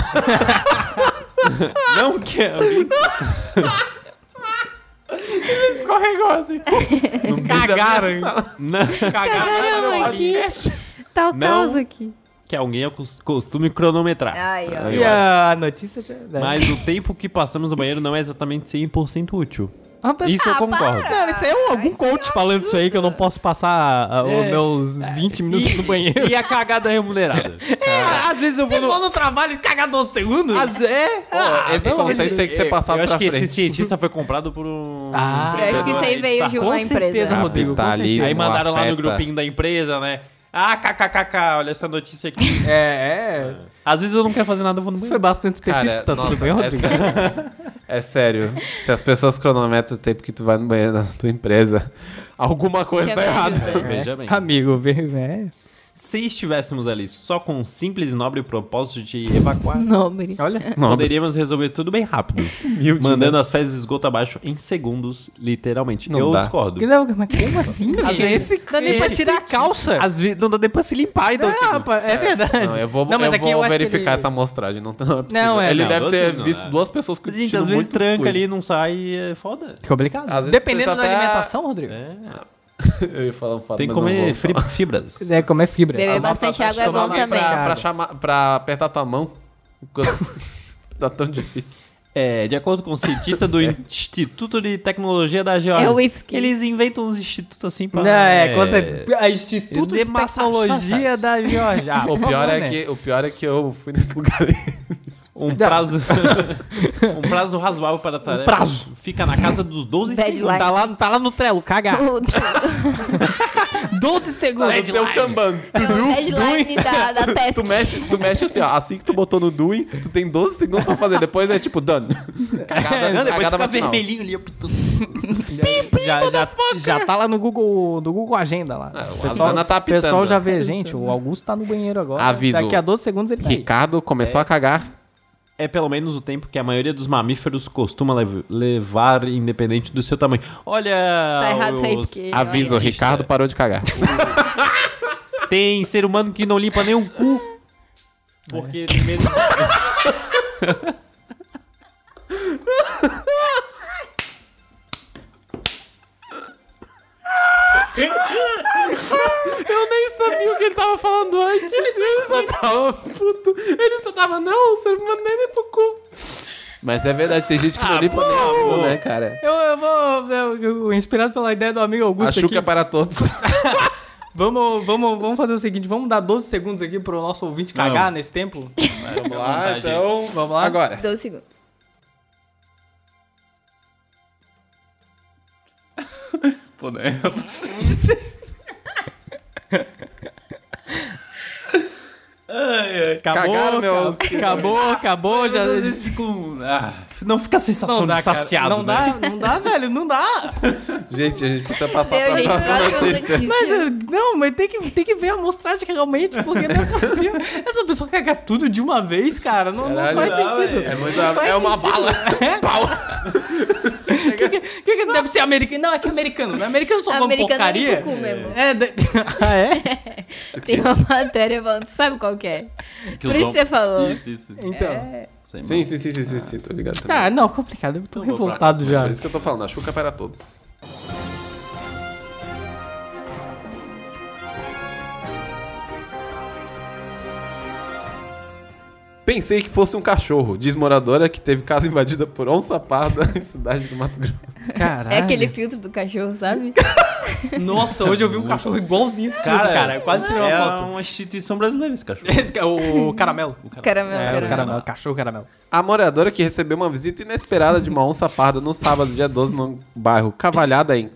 D: Não quero.
C: Escorregou assim. Cagaram.
D: Não.
A: né?
E: Caramba, aqui. Tá o
D: Não.
E: caos aqui.
D: Que alguém acos- costume cronometrar.
B: Ai, ó.
C: Aí,
A: e a notícia já... né?
D: Mas o tempo que passamos no banheiro não é exatamente 100% útil.
A: Ah, mas-
D: Isso eu concordo.
A: Não, isso aí é um- algum coach falando isso aí que eu não posso passar ah, os
D: É.
A: meus 20 minutos no banheiro.
D: E a cagada remunerada. É, às vezes eu vou no.
A: trabalho e cagar 12 segundos?
D: Às... É?
C: Ó, esse conceito tem que ser passado
D: Eu acho
C: pra
D: que
C: frente.
D: esse cientista foi comprado por um.
A: Ah.
D: um
B: Eu acho que isso aí
D: empreendedor,
B: veio
D: tá?
B: de uma
A: Com certeza,
B: empresa.
A: Rodrigo. com
C: Capitalismo.
A: certeza.
D: Aí mandaram lá no
C: afeta.
D: grupinho da empresa, né? Ah, kkkk, olha essa notícia aqui.
A: É, é.
D: Às vezes eu não quero fazer nada, eu vou no
A: Isso
D: banheiro.
A: foi bastante específico, tá
C: nossa,
A: tudo bem, Rodrigo?
C: é sério. É sério. Se as pessoas cronometram o tempo que tu vai no banheiro da tua empresa, alguma coisa
B: Chama
C: tá
B: ajuda.
C: errada.
D: Veja bem.
A: Amigo, veio, é.
D: É. Se estivéssemos ali só com o simples e nobre propósito de evacuar,
B: Nobre.
A: Olha.
C: Não,
D: poderíamos resolver tudo bem rápido. mandando as fezes de esgoto abaixo em segundos, literalmente.
C: Não
D: eu
C: dá.
D: discordo.
A: Que da- Mas como assim,
D: Às
A: gente?
D: vezes-
A: Não dá nem pra
D: esse-
A: tirar a calça.
D: Às vezes não dá nem pra se limpar e
A: Não,
D: dar
A: rapaz, é verdade.
C: Não, eu vou,
A: Não, mas
C: eu
A: aqui
C: vou
A: eu acho que
C: verificar
A: ele-
C: essa amostragem. Não, não é possível.
A: Não, é,
C: ele
D: não,
C: deve
D: doze
C: ter
D: não,
C: visto
D: é.
C: duas pessoas com
D: Gente,
C: intestino
D: às vezes
C: muito
D: tranca
C: fluido.
D: ali, não sai, é foda.
A: Complicado.
C: Às vezes
A: Dependendo da
C: precisa até-
A: alimentação, Rodrigo. É.
D: É.
C: Eu ia falar um fato,
D: Tem que
C: mas não
D: comer
C: vou
D: fri-
C: falar.
D: fibras.
A: comer É, fibra.
B: Beber
A: Alô?
B: bastante água é
A: tomar
B: bom
A: uma
B: também.
A: pra-
C: Pra, chamar, pra apertar tua mão. tá tão difícil.
D: É, de acordo com o cientista do
C: É.
D: Instituto de Tecnologia da Geórgia.
B: É o IFSC.
D: Eles inventam uns institutos assim pra...
A: Não, é, com certeza. A Instituto
D: de
A: de Tecnologia
D: Massachusetts.
A: da Georgia. Ah,
C: o,
A: por
C: pior
A: favor,
C: é
A: né?
C: que, o pior é que eu fui nesse lugar aí.
D: Um
A: Já.
D: prazo... um prazo razoável para a tarefa.
A: prazo.
D: Fica na casa dos 12
B: Deadline.
D: segundos.
A: Tá lá, tá lá no Trello, cagar.
B: O, o
A: 12 segundos.
C: Seu Kanban.
E: Tá
C: Tu, do-
B: deadline da, da
C: tu,
B: testa.
C: mexe, tu mexe assim, ó. Assim que tu botou no Doing, tu tem 12 segundos pra fazer. Depois é tipo, done. Cagada,
D: Não, É, depois
C: cagada
D: fica
C: matinal.
D: vermelhinho ali, apitando.
A: já, já, já tá lá no Google, no Google Agenda lá.
C: o Asana tá
A: o pessoal
C: apitando.
A: já vê, gente, o Augusto tá no banheiro agora.
C: Aviso.
A: Daqui a 12 segundos ele tá aí.
C: Ricardo começou a cagar.
D: é pelo menos o tempo que a maioria dos mamíferos costuma lev- levar, independente do seu tamanho. Olha.
B: Tá errado isso aí,
D: os-
B: porque-
D: Ah,
C: Aviso,
D: olha.
C: Ricardo parou de cagar.
D: Tem ser humano que não limpa nem o cu. Porque tem medo.
C: Eu nem sabia o que ele tava falando antes. Ele, só tava puto. Ele só tava, não, o ser humano nem pro cu. Mas é verdade, tem gente que não limpa nem o cu, né, cara?
A: Eu, eu vou, eu- eu- inspirado pela ideia do amigo Augusto
C: Acho
A: aqui,
C: que é para todos.
A: vamos, vamos, vamos fazer o seguinte, vamos dar 12 segundos aqui pro nosso ouvinte cagar
D: Não.
A: nesse tempo?
D: Vamos
A: Vamos lá?
C: então, Agora.
E: 12 segundos.
D: 12
A: Acabou,
C: Cagaram
A: acabou,
C: meu-
A: acabou, acabou, já...
D: Às vezes ficam. Ah, não fica a sensação
A: Não dá,
D: de
A: cara.
D: saciado,
A: Não
D: né?
A: dá, não dá, velho, não dá.
C: Gente, a gente precisa passar
E: Meu,
C: pra
E: gente,
C: próxima
E: olha que é?
C: notícia. é
E: notícia.
A: Mas, eh, não, mas tem que, tem que ver a amostragem realmente, porque não é possível. Essa pessoa cagar tudo de uma vez, cara, não, não
C: Caralho,
A: faz
C: não,
A: sentido.
C: velho. É, muito-
A: Não faz
C: é uma
A: sentido.
C: bala. Pau.
A: Que, que, que que deve ser americano? Não, é que americano, né? Americano só come
E: Americano é
A: porcaria.
E: limpa o cu mesmo.
A: É, de- ah, é?
E: Tem uma matéria falando, tu sabe qual que é?
D: Que
E: Por
D: os
E: isso
D: hom-
E: você falou. É
D: Isso, isso.
A: Então.
D: Sem
C: Sim, sim,
D: mal.
C: sim, sim, sim, sim, tô ligado. também.
A: Ah, não, complicado, eu tô
D: Então vou pra
A: revoltado já.
C: Por isso que eu tô falando, a Xuca é para todos. Pensei que fosse um cachorro, diz moradora que teve casa invadida por onça parda em cidade do Mato Grosso.
A: Caralho.
E: É aquele filtro do cachorro, sabe?
A: Nossa, hoje eu vi um cachorro igualzinho esse cara, cara. Eu quase tirei uma
D: é
A: foto.
D: uma instituição brasileira esse cachorro.
A: Esse ca- o caramelo.
E: Caramelo,
A: É, o
E: caramelo.
A: caramelo, cachorro caramelo.
C: A moradora que recebeu uma visita inesperada de uma onça parda no sábado, dia 12, no bairro Cavalhada, em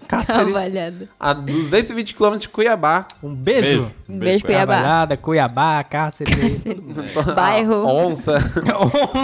C: Cáceres,
E: Cavalhada.
C: a 220 km de Cuiabá.
A: Um beijo.
D: Um
E: Beijo,
D: Cuiabá.
E: Cuiabá.
A: Trabalhada, Cuiabá, Cáceres.
C: A
E: Bairro.
C: onça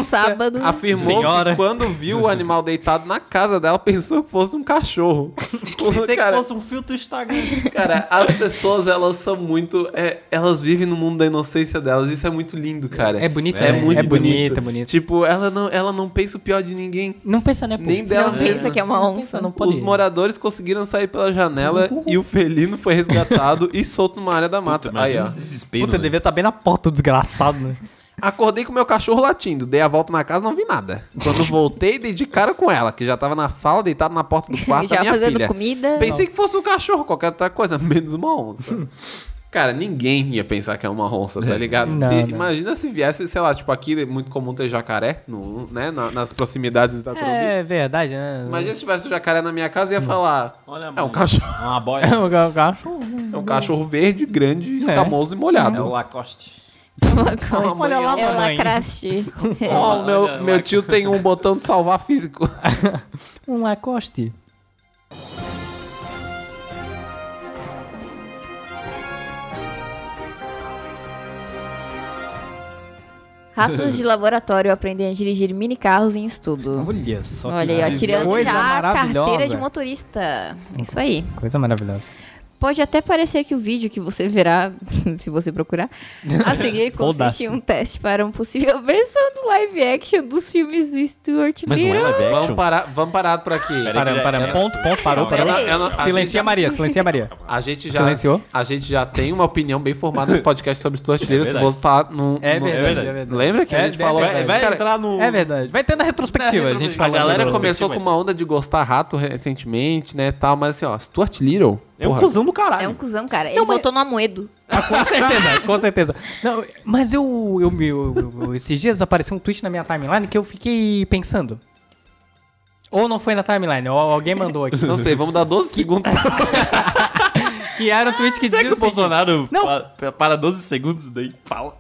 E: Sábado.
C: afirmou
A: Senhora.
C: que quando viu o animal deitado na casa dela, pensou que fosse um cachorro.
D: Pensei
C: cara,
D: que fosse um filtro Instagram.
C: cara, as pessoas, elas são muito... é, elas vivem no mundo da inocência delas. Isso é muito lindo, cara.
A: É bonito,
C: É
A: né?
C: muito
A: É bonito,
C: bonito.
A: é bonito.
C: Tipo, ela não, ela não pensa o pior de ninguém.
A: Não pensa, né? pô?
C: Nem dela
E: Não
C: mesmo.
E: pensa que é uma onça.
A: não pode.
C: Os moradores conseguiram sair pela janela e o felino foi resgatado e solto numa área da mata. Aí,
D: Imagina
C: ó.
D: o desespero.
A: Puta,
D: né?
A: devia estar bem na porta, o desgraçado, né?
C: Acordei com meu cachorro latindo, dei a volta na casa não vi nada. Quando voltei, dei de cara com ela, que já tava na sala, deitada na porta do quarto da
E: Já
C: minha
E: fazendo
C: filha.
E: comida.
C: Pensei que fosse um cachorro, qualquer outra coisa, menos uma onça. Cara, ninguém ia pensar que é uma onça, tá ligado?
A: Não,
C: Se-
A: não.
C: Imagina se viesse, sei lá, tipo, aqui é muito comum ter jacaré, no, né, na- nas proximidades da Turumbi.
A: É verdade, né?
C: Imagina se tivesse um jacaré na minha casa e ia falar,
D: Olha a
C: é um
D: mão.
C: cachorro.
D: Uma
A: É
D: boia.
A: um ca- cachorro.
C: É um cachorro verde,
A: É.
C: grande, escamoso e molhado.
D: É o Lacoste.
A: Olha lá,
E: É o
A: mamãe.
E: lacraste.
A: É.
C: Oh,
D: Olha,
C: meu, meu
D: lac-
C: tio tem um botão de salvar físico.
A: Um Lacoste.
B: Ratos de laboratório aprendem a dirigir mini carros em estudo.
A: Olha só. que
B: Olha aí, ó,
A: maravilha.
B: tirando
A: Coisa
B: já a carteira de
A: maravilhosa.
B: motorista.
E: É
B: Isso aí.
A: Coisa maravilhosa.
B: Pode até parecer que o vídeo que você verá, se você procurar, a seguir consiste em
A: Foda-se.
B: um teste para uma possível versão do live action dos filmes do Stuart
D: Mas não é
B: Little.
D: live
C: vamos
D: action.
C: parar, vamos parar por aqui.
D: Peraí.
A: Paramos,
D: já-
A: paramos.
D: é-
A: Ponto, ponto, parou,
C: Eu
A: parou.
C: não- eu não- a gente
A: Silencia
C: já-
A: a Maria, silencia a Maria.
C: A gente já,
A: Silenciou?
C: a gente já tem uma opinião bem formada nesse podcast sobre Stuart Little. se
D: verdade.
C: você tá num,
A: É
C: num-
A: verdade,
D: verdade.
A: é verdade.
C: Lembra que a
A: É,
C: gente
A: é
C: falou?
A: verdade.
D: Vai, vai
C: Cara,
D: entrar no.
A: É verdade. Vai ter na retrospectiva,
D: Na
A: a gente
D: retrospectiva.
C: A
A: falando.
C: galera
D: Vai,
C: começou
D: vai.
C: com uma onda de gostar rato recentemente, né, tal, mas assim, ó, Stuart Little,
D: É um
C: porra,
D: cuzão do caralho.
B: É um cuzão, cara. Ele voltou no Amoedo.
A: Ah, com certeza, com certeza. Não, mas eu, eu, eu- eu- Esses dias apareceu um tweet na minha timeline que eu fiquei pensando. Ou não foi na timeline, ou alguém mandou aqui.
C: não sei, vamos dar 12 segundos.
A: Que era um tweet que
D: Será que
A: dizia.
D: o
A: o seguinte,
D: Bolsonaro
A: Não.
D: pa- pa- para 12 segundos e daí fala?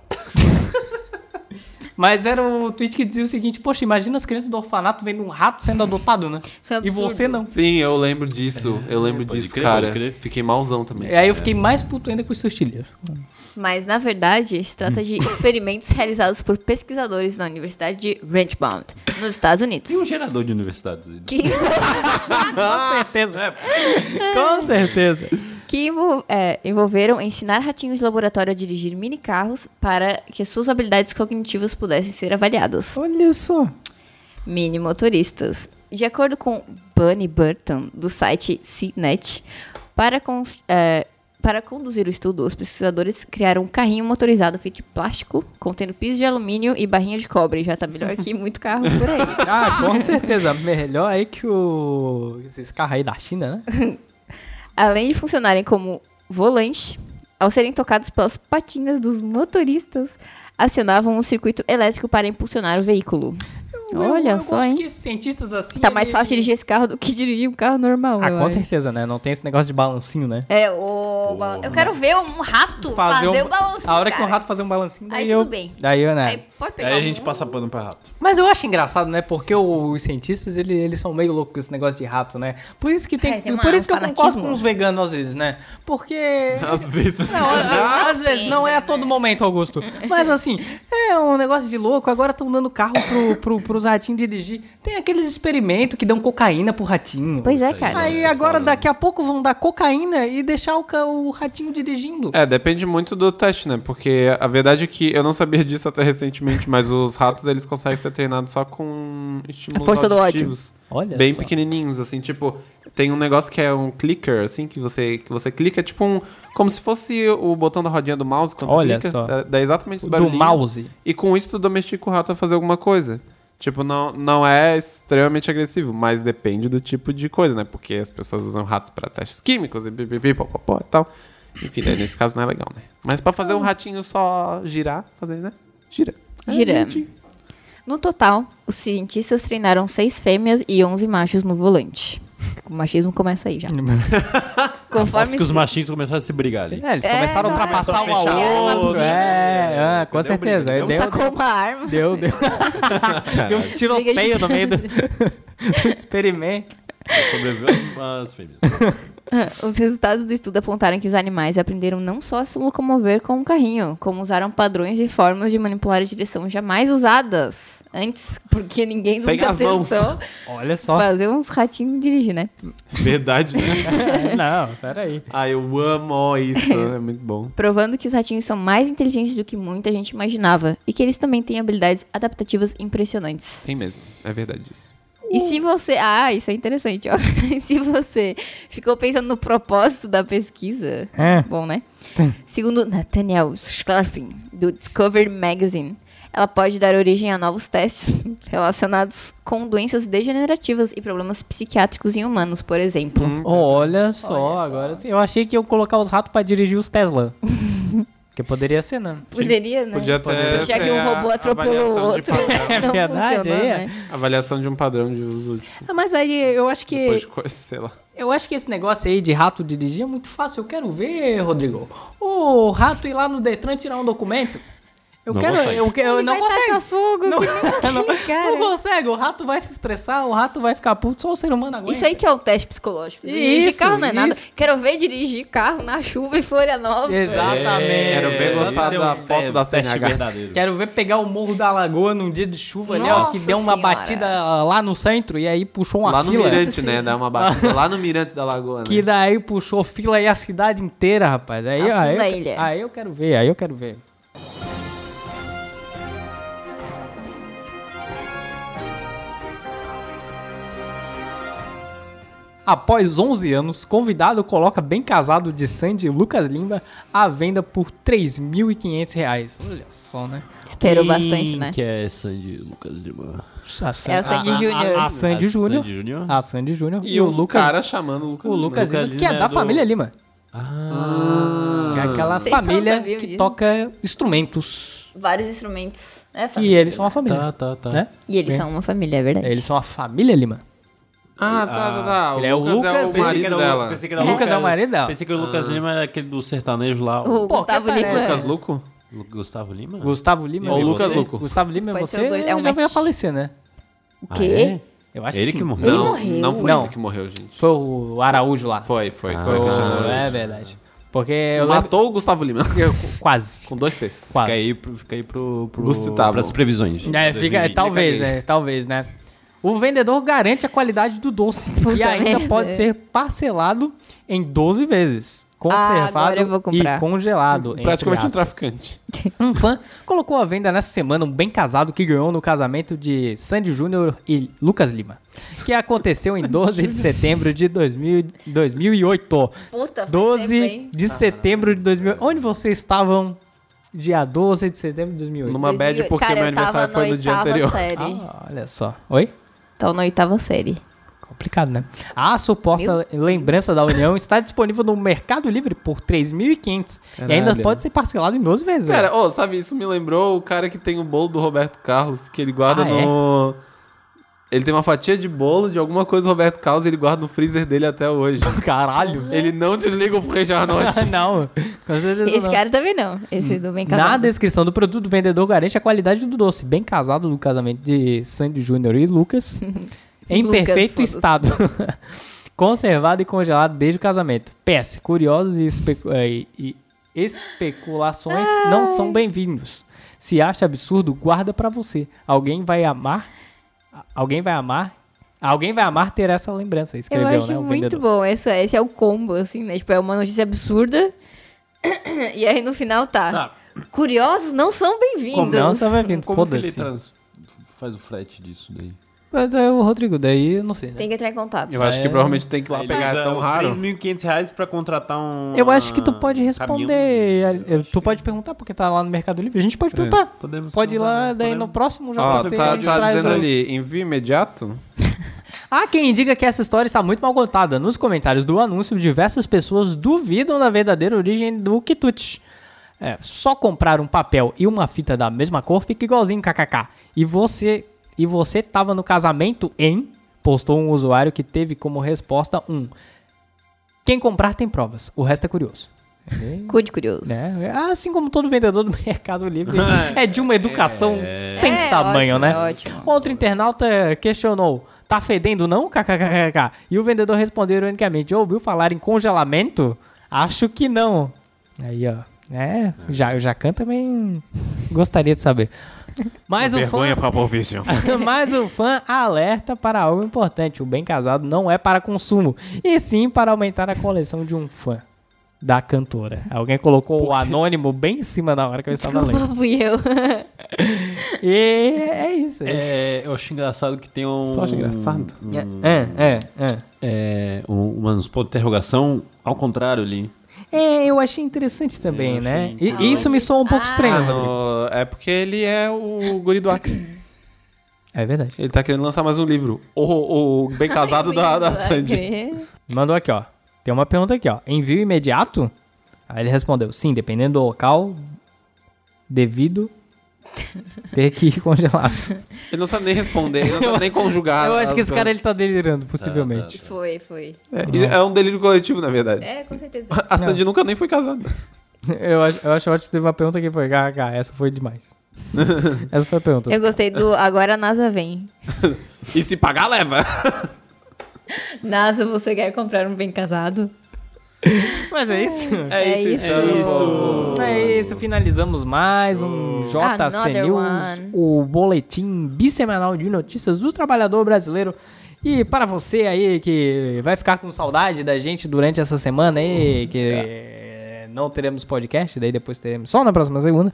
A: mas era um tweet que dizia o seguinte: Poxa, imagina as crianças do orfanato vendo um rato sendo adotado, né?
E: Isso é
A: e
E: absurdo.
A: você não.
C: Sim, eu lembro disso, eu lembro
D: É, Pode
C: disso,
D: crer,
C: cara.
D: pode crer. É,
C: Fiquei malzão também.
A: E aí eu fiquei mais puto ainda com os seus tilheiros.
B: Mas, na verdade, se trata
D: Hum.
B: de experimentos realizados por pesquisadores na Universidade de Ranchbound, nos Estados Unidos.
D: Tem um gerador de universidades aí.
B: Que,
A: Com certeza. É. Com certeza.
B: que envol- é, envolveram ensinar ratinhos de laboratório a dirigir mini carros para que suas habilidades cognitivas pudessem ser avaliadas.
A: Olha só.
B: mini motoristas. De acordo com Bunny Burton, do site CNET, para, cons- eh, para conduzir o estudo, os pesquisadores criaram um carrinho motorizado feito de plástico, contendo piso de alumínio e barrinha de cobre. Já tá melhor que muito carro por aí.
A: Ah, com certeza. Melhor aí que o. Esses carros aí da China, né?
B: Além de funcionarem como volante, ao serem tocados pelas patinhas dos motoristas, acionavam um circuito elétrico para impulsionar o veículo. Olha só, hein?
A: que cientistas assim.
B: Tá mais fácil dirigir esse carro do que dirigir um carro normal.
A: Ah,
B: eu
A: com
B: acho.
A: certeza, né? Não tem esse negócio de balancinho, né?
B: É, o...
E: bala- Eu quero ver um rato fazer, o balancinho.
A: A hora que o
E: cara.
A: rato fazer um balancinho.
E: Aí
A: daí
E: tudo
A: eu,
E: bem.
A: Daí eu, né?
E: Aí pode pegar.
F: Aí a
E: um-
F: gente passa pano pra rato.
A: Mas eu acho engraçado, né? Porque o- os cientistas, ele- eles, são meio loucos com esse negócio de rato, né? Por isso que tem.
E: É, tem uma-
A: por isso que eu
E: um
A: concordo
E: fanatismo.
A: com os veganos às vezes, né? Porque.
C: Às vezes.
A: Não, a- a- às vezes,
E: Sim,
A: não é a
E: né?
A: todo momento, Augusto. Mas assim, é um negócio de louco. Agora estão dando carro pro, pro, pros ratinhos dirigir. Tem aqueles experimentos que dão cocaína pro ratinho.
B: Pois é,
D: Isso aí,
B: cara.
A: Aí agora, daqui a pouco, vão dar cocaína e deixar o, ca- o ratinho dirigindo.
C: É, depende muito do teste, né? Porque a verdade é que eu não sabia disso até recentemente, mas os ratos eles conseguem ser treinados só com estímulos
B: A força do ódio.
C: auditivos.
A: Olha
C: bem
A: só.
C: pequenininhos, assim, tipo, tem um negócio que é um clicker, assim, que você, que você clica, tipo um. Como se fosse o botão da rodinha do mouse quando
A: Olha
C: clica, é,
A: só.
C: Dá, dá exatamente esse
A: Do
C: barulhinho.
A: mouse.
C: E com isso tu domestica o rato a fazer alguma coisa. Tipo, não, não é extremamente agressivo, mas depende do tipo de coisa, né? Porque as pessoas usam ratos pra testes químicos e pipipi, popopó e tal. Enfim, daí nesse caso não é legal, né? Mas pra
A: Ah.
C: fazer um ratinho só girar, fazer, né? Gira. É
B: Gira.
C: bonitinho.
B: No total, os cientistas treinaram seis fêmeas e 11 machos no volante. O machismo começa aí já.
F: Acho
A: Tá
B: Conforme
F: que os
B: expli-
F: machinhos começaram a se brigar ali.
A: É, eles começaram a
B: não,
A: ultrapassar um
F: começou a
A: ao
F: fechar a
A: outro.
F: buzina.
A: É, é, com
F: Deu
A: certeza.
F: briga, deu
A: Deu,
B: sacou uma arma.
A: deu, deu. Deu um
B: Briga
A: tiroteio
B: de
A: no meio do, do experimento.
F: Sobreviveu as, as fêmeas.
A: Tá
B: Os resultados do estudo apontaram que os animais aprenderam não só a se locomover com um carrinho, como usaram padrões e formas de manipular a direção jamais usadas antes, porque ninguém
C: Sem
B: nunca
C: as mãos.
B: testou
A: Olha só.
B: fazer uns ratinhos dirigir, né?
C: Verdade, né?
A: Não, peraí.
C: Ah, eu amo isso. É muito bom.
B: Provando que os ratinhos são mais inteligentes do que muita gente imaginava e que eles também têm habilidades adaptativas impressionantes.
C: Sim mesmo. É verdade isso.
B: E se você. Ah, isso é interessante, ó. E se você ficou pensando no propósito da pesquisa.
A: É.
B: Bom, né? Segundo Nathaniel Sclarpin, do Discover Magazine, ela pode dar origem a novos testes relacionados com doenças degenerativas e problemas psiquiátricos em humanos, por exemplo.
A: Hum, Olha só, agora sim. Eu achei que iam colocar os ratos pra dirigir os Tesla. que poderia ser, né?
B: Poderia, né?
C: Podia até
B: Já que
C: ser
B: um
C: a-
B: robô
C: a
B: atropelou o
C: avaliação de
B: outro.
C: padrão.
B: Não
A: Verdade,
B: funcionou,
A: é.
B: né?
C: Avaliação de um padrão de uso, tipo,
A: Ah, Mas aí eu acho
C: depois de coisa, sei lá.
A: Eu acho que esse negócio aí de rato dirigir é muito fácil. Eu quero ver, Rodrigo. O rato ir lá no Detran tirar um documento. Eu
D: Não
A: quero.
D: consegue.
A: Eu, que- eu
E: Ele vai
A: não
B: tá
A: consigo.
E: tacar fogo,
A: Não, não,
E: cara.
A: não consegue. O rato vai se estressar, o rato vai ficar puto, só o ser humano aguenta.
B: Isso aí que é o teste psicológico. Dirigir
A: Isso,
B: carro não é nada.
A: isso.
B: Quero ver dirigir carro na chuva em Florianópolis.
A: Exatamente.
C: Quero ver gostar
F: É, Esse é
C: da
F: o
C: foto
F: te-
C: da
F: teste
C: CNH.
F: verdadeiro.
A: Quero ver pegar o morro da lagoa num dia de chuva ali, ó,
B: Nossa
A: que deu uma
B: Senhora.
A: batida lá no centro e aí puxou uma
C: lá no
A: fila.
C: mirante, né? Dá uma batida lá no mirante da lagoa, né?
A: Que daí puxou fila aí a cidade inteira, rapaz. Aí,
B: A
A: aí,
B: fila
A: eu-
B: ilha.
A: aí eu quero ver, aí eu quero ver. Após 11 anos, convidado coloca bem casado de Sandy e Lucas Limba à venda por R$ 3.500. reais. Olha só, né?
B: Esperou
F: Quem
B: bastante, né?
F: que é Sandy Lucas Lima?
A: A San-
B: É a Sandy
A: a- a-
B: Júnior.
A: A, a Sandy
F: A
A: Júnior.
F: Sandy Júnior?
A: A Sandy Júnior.
C: E o Lucas, cara chamando o Lucas.
A: O Lucas
F: Lucas
A: Lima, que é
F: Lima
A: da
F: é do-
A: família Lima.
F: Ah.
A: Que é aquela
B: Vocês não
A: família
B: sabiam
A: que
B: disso?
A: toca instrumentos.
B: Vários instrumentos. É,
A: E eles são uma família.
F: Tá, tá, tá.
A: Né?
B: E eles
A: É.
B: são uma família, é verdade.
A: Eles são a família Lima.
C: Ah, tá, tá, tá. O
A: Ele é o
C: Lucas é
A: Lucas,
C: o
A: pensei
C: marido dela.
F: pensei que era
A: O Lucas é o marido dela. Ah.
F: Pensei que o Lucas Lima era aquele do sertanejo lá.
B: O
F: O
A: Pô,
B: Gustavo
A: que
B: Lima. é
A: parece.
C: Lucas Luco?
F: Lu- Gustavo Lima?
A: Gustavo Lima
F: E
A: é
F: o Lucas
A: você?
C: Luco.
A: Gustavo Lima é
B: Pode
A: você.
B: ser os dois, é um
A: já veio a
B: match.
A: falecer, né?
B: O
F: Ah,
B: quê?
A: Eu acho
F: Ele
A: que
F: que
A: sim.
F: morreu?
C: não,
B: morreu?
C: não foi
A: Não.
C: ele que morreu, gente.
A: Foi o Araújo lá.
C: Foi, foi.
F: Ah.
C: foi o Cristiano
A: Oh,
C: Ronaldo.
A: é verdade. Porque eu lembro-
C: Matou o Gustavo Lima.
A: quase.
C: Com dois T's.
A: Quase.
F: Fica aí, pro, fica aí pro, pro,
C: Gusto Tabo.
F: pras previsões.
A: É,
D: Tá.
A: fica,
F: 2020.
A: talvez,
F: Fica aí.
A: né? Talvez, né? O vendedor garante a qualidade do doce e
B: Puta
A: ainda
B: merda. Ah,
A: pode ser parcelado em 12 vezes, conservado
B: agora eu vou
A: e
B: comprar.
A: congelado. entre
C: Praticamente um
A: aspas.
C: traficante.
A: Um fã colocou à venda nessa semana um bem casado que ganhou no casamento de Sandy Júnior e Lucas Lima, que aconteceu em 12 de setembro de 2000, 2008.
E: Puta, faz
A: 12
E: tempo,
B: Ah.
A: de setembro de 2008. Onde vocês estavam dia 12 de setembro de 2008?
C: Numa bad porque
B: Cara,
C: meu
B: eu tava
C: aniversário foi
B: na
C: no dia
B: oitava
C: anterior.
B: Série.
A: Ah, olha só. Oi?
B: Tava na oitava série.
A: Complicado, né? A suposta lembrança da União está disponível no Mercado Livre por 3.500 e ainda
C: Caralho.
A: pode ser parcelado em 12 vezes.
C: Cara, ô, Ah, sabe, isso me lembrou o cara que tem o bolo do Roberto Carlos, que ele guarda
A: Ah, é?
C: no. Ele tem uma fatia de bolo de alguma coisa do Roberto Carlos e ele guarda no freezer dele até hoje.
A: né? Caralho.
C: ele não desliga o freezer à noite.
A: não, com certeza
B: Esse
A: não. Hum.
B: cara também não. Esse do bem
A: Na
B: casado.
A: descrição do produto, o vendedor garante a qualidade do doce. Bem casado do casamento de Sandy Júnior e Lucas. em
B: Lucas,
A: perfeito
B: foda-se.
A: estado. Conservado e congelado desde o casamento. PS. Curiosos e, especu- eh, e- e especulações não são bem-vindos. Se acha absurdo, guarda pra você. Alguém vai amar. a- Alguém vai amar. Alguém vai amar ter essa lembrança.
B: Eu
A: Escreveu,
B: acho
A: né? O
B: muito
A: vendedor.
B: bom. Essa, esse é o combo, assim, né? Tipo, é uma notícia absurda. E aí no final tá. Curiosos não são
A: Como não,
B: bem-vindos.
A: você vai vindo.
D: Como que ele
A: Foda-se.
D: trans- faz o frete disso daí?
A: Mas é o Rodrigo, daí eu não sei, né?
B: Tem que entrar em contato.
C: Eu
A: É.
C: acho que provavelmente tem que ir lá pegar, é tão raro.
D: 3.500 reais pra contratar um...
A: Eu acho que tu pode
D: caminhão. assim.
A: responder. eh, Tu pode perguntar, porque tá lá no Mercado Livre. A gente pode perguntar.
D: Podemos
A: Pode ir lá,
D: perguntar, né?
A: daí
D: Podemos.
A: no próximo já
C: Ó,
A: você
C: tá,
A: a gente
C: tá
A: traz
C: dizendo
A: o-
C: ali, envio imediato?
A: Há quem diga que essa história está muito mal contada. Nos comentários do anúncio, diversas pessoas duvidam da verdadeira origem do quitute. É, só comprar um papel e uma fita da mesma cor fica igualzinho, kkk. E você, e você tava no casamento em? Postou um usuário que teve como resposta um. Quem comprar tem provas, o resto é curioso.
B: Cuide curioso.
A: né? Assim como todo vendedor do Mercado Livre é de uma educação sem
B: É,
A: tamanho,
B: ótimo,
A: né?
B: é ótimo.
A: Outro internauta questionou: tá fedendo não? KKKKK. E o vendedor respondeu ironicamente: "Já ouviu falar em congelamento? Acho que não. Aí, ó. É, já, o Jacan também gostaria de saber. Mas o, fã,
C: pra Provision.
A: mas o fã alerta para algo importante: o bem casado não é para consumo, e sim para aumentar a coleção de um fã da cantora. Alguém colocou o anônimo bem em cima na hora que eu estava Tá lendo.
B: Desculpa, fui eu.
A: E é isso. É,
D: É, eu acho engraçado que tem um...
C: Só acho engraçado.
A: é, é.
D: É, um, umas pontos de interrogação ao contrário ali.
A: É, eu achei interessante também,
D: Eu
A: né?
D: achei-
A: E- e isso me soa um pouco estranho.
C: Ah,
A: Rodrigo.
C: no- é porque ele é o guri do Acre.
A: É verdade.
C: Ele tá querendo lançar mais um livro. O, o bem casado da, da Ah, tá, Sandy.
A: Mandou aqui, ó. Tem uma pergunta aqui, ó. Envio imediato? Aí ele respondeu, sim, dependendo do local, devido ter que ir congelado.
C: Ele não sabe nem responder, ele não sabe nem conjugar.
A: eu acho
C: as
A: que esse cara
C: coisas.
A: ele tá delirando, possivelmente.
B: Foi, foi.
C: É, é um delírio coletivo, na verdade.
B: É, com certeza.
C: A Sandy nunca nem foi casada.
A: Eu, acho, eu acho ótimo que teve uma pergunta que foi, KK, essa foi demais. essa foi a pergunta.
B: Eu gostei do Agora a NASA vem.
C: E se pagar, leva.
B: NASA, você quer comprar um bem casado?
A: Mas é isso.
B: É isso.
A: É isso, finalizamos mais um JC
B: Another
A: News,
B: one.
A: o boletim bissemanal de notícias do trabalhador brasileiro. E para você aí que vai ficar com saudade da gente durante essa semana aí, que eh, não teremos podcast, daí depois teremos só na próxima segunda.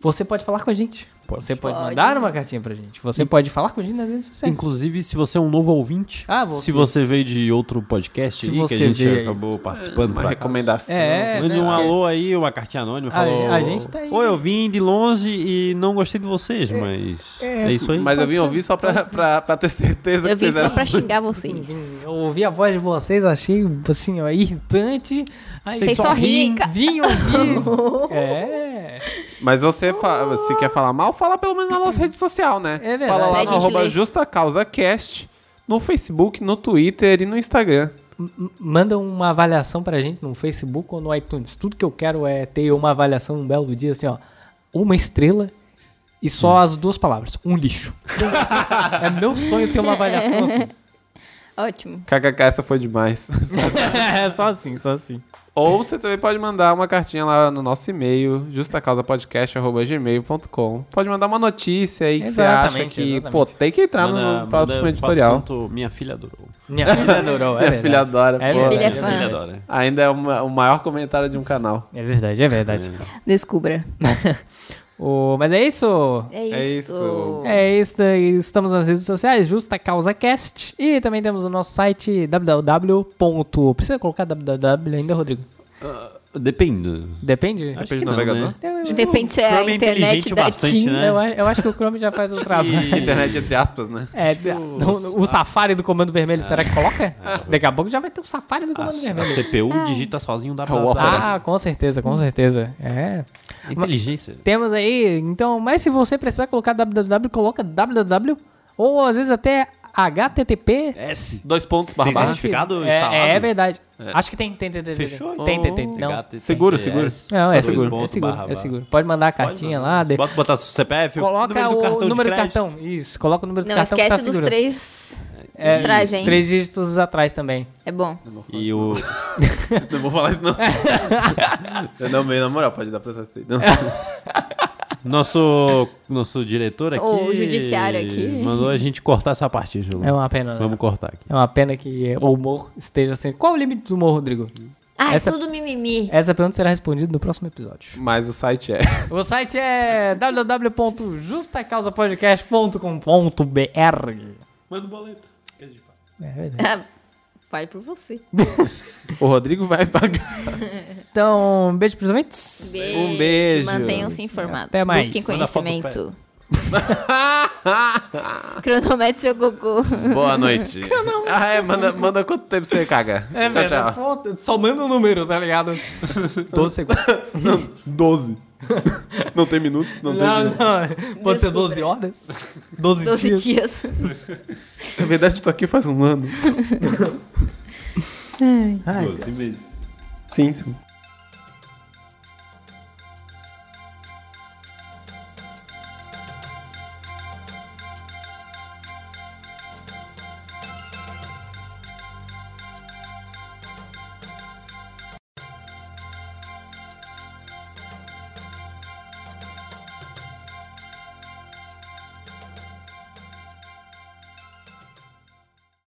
A: Você pode falar com a gente. Você pode,
B: Pode.
A: mandar uma cartinha pra gente. Você pode falar com a gente nas redes sociais.
D: Inclusive, se você é um novo ouvinte,
A: Ah, você.
D: se você veio de outro podcast
A: Se
D: aí, que
A: você
D: a gente
A: veio aí.
D: acabou participando,
C: Uma
D: por acaso,
C: recomendação.
A: É,
D: mande
A: né,
D: um
A: porque-
D: alô aí, uma cartinha anônima,
A: A-
D: falou...
A: a gente tá aí.
D: Oi, eu vim de longe e não gostei de vocês, mas... É, isso aí.
C: Mas eu vim ouvir só pra, pra, pra ter certeza
B: Eu
C: que
B: vim
C: vocês
B: só
C: eram.
B: pra xingar vocês.
A: Eu ouvi a voz de vocês, achei assim, ó, irritante. Aí
B: Vocês só riem,
A: vim-
B: cara.
A: Vim ouvir. é.
C: Mas você fa- se quer falar mal, fala pelo menos na nossa rede social, né?
A: É verdade.
C: Fala
B: Pra
C: lá no
B: gente
C: arroba
B: ler.
C: JustaCausaCast, no Facebook, no Twitter e no Instagram.
A: M- Manda uma avaliação pra gente no Facebook ou no iTunes. Tudo que eu quero é ter uma avaliação um belo dia, assim, ó. Uma estrela e só as duas palavras. Um lixo. é meu sonho ter uma avaliação assim.
B: Ótimo.
C: KKK, essa foi demais.
A: é só assim, só assim.
C: Ou você também pode mandar uma cartinha lá no nosso e-mail, justacausapodcast.gmail.com. Pode mandar uma notícia aí que você acha
A: Exatamente,
C: que,
A: exatamente.
C: pô, tem que entrar
D: Manda-
C: no
D: manda
C: próximo editorial.
D: assunto, minha filha adorou.
A: Minha filha adorou, é
C: Minha
A: verdade.
C: filha adora,
A: É
C: pô.
B: Minha filha é
A: verdade,
B: fã.
A: é
D: Filha
A: verdade.
D: adora.
C: Ainda é uma- o maior comentário de um canal.
A: É verdade, é verdade.
B: Descubra.
A: Ô, mas é isso.
B: É
C: É
B: isso.
C: isso.
A: É isso, daí. estamos nas redes sociais, Justa Causa Cast, e também temos o nosso site www. Precisa colocar www ainda, Rodrigo?
D: Depende.
A: Depende?
D: Acho
C: Depende
D: que
C: do
D: não,
C: navegador.
D: né?
B: Depende se é a
D: Chrome é
B: internet
D: inteligente
B: da
D: bastante,
B: Tim.
D: né?
A: Eu, a- eu acho que o Chrome já faz o trabalho.
C: Internet entre aspas, né?
A: É, o, É, o Safari do Comando Vermelho, será que coloca? Daqui a pouco já vai ter o Safari do
D: A, a
A: Comando Vermelho.
D: CPU digita sozinho, dá pra...
C: o
D: dá-
A: Ah, com certeza, com certeza. É.
D: Inteligência.
A: Temos aí, então, mas se você precisar colocar www, coloca www. Ou às vezes até HTTP.
D: S.
C: Dois pontos,
D: Tem
C: barra.
D: certificado instalado?
A: É, é verdade. Acho que tem, tem, tem, tem.
D: Fechou? então?
A: Tem, tem, tem. Não,
D: HTTPS.
C: Seguro, seguro.
A: não é
D: Dois
A: seguro. É
D: pontos,
A: seguro,
D: barra,
A: é
D: barra.
A: seguro. Pode mandar a
D: Pode
A: cartinha
D: mandar.
A: lá.
D: Você
A: de-
D: Bota, botar seu CPF,
A: Coloca
D: número do
A: o
D: cartão
A: número
D: de
A: do
D: crédito.
A: cartão. Isso, coloca o número do
B: Não
A: cartão que tá
B: esquece dos
A: segurando.
B: três
A: É,
B: atrás, hein?
A: Três dígitos atrás também.
B: É bom.
D: E o...
C: Não vou falar isso, não. Eu não, meio na moral, pode dar processo aí. Não.
D: Nosso, nosso diretor aqui.
B: O judiciário aqui.
D: Mandou a gente cortar essa parte, Júlio.
A: É uma pena, né?
D: Vamos cortar aqui.
A: É uma pena que o humor esteja sendo. Qual o limite do humor, Rodrigo?
B: Ah,
A: Essa-
B: é tudo mimimi.
A: Essa pergunta será respondida no próximo episódio.
C: Mas o site é.
A: O site é www.justacausapodcast.com.br.
D: Manda o boleto.
A: É verdade.
B: Ah, Vai por você.
C: O Rodrigo vai pagar.
A: Então, um beijo pros ouvintes.
B: Beijo.
C: beijo.
B: Mantenham-se informados.
A: Até mais.
B: Busquem
D: Um Manda foto do
B: conhecimento. Cronometre seu cocô.
C: Boa noite. Ah, é, manda, manda quanto tempo você caga.
A: É
C: tchau, tchau.
A: Só manda um número, tá ligado? 12 segundos.
C: 12. Não tem minutos, não,
A: Não,
C: tem.
A: não. Pode ser 12 horas? 12,
B: 12
A: dias.
B: dias.
C: Na verdade, eu tô aqui faz um ano.
A: Ai,
G: Doze meses.
C: Sim, sim.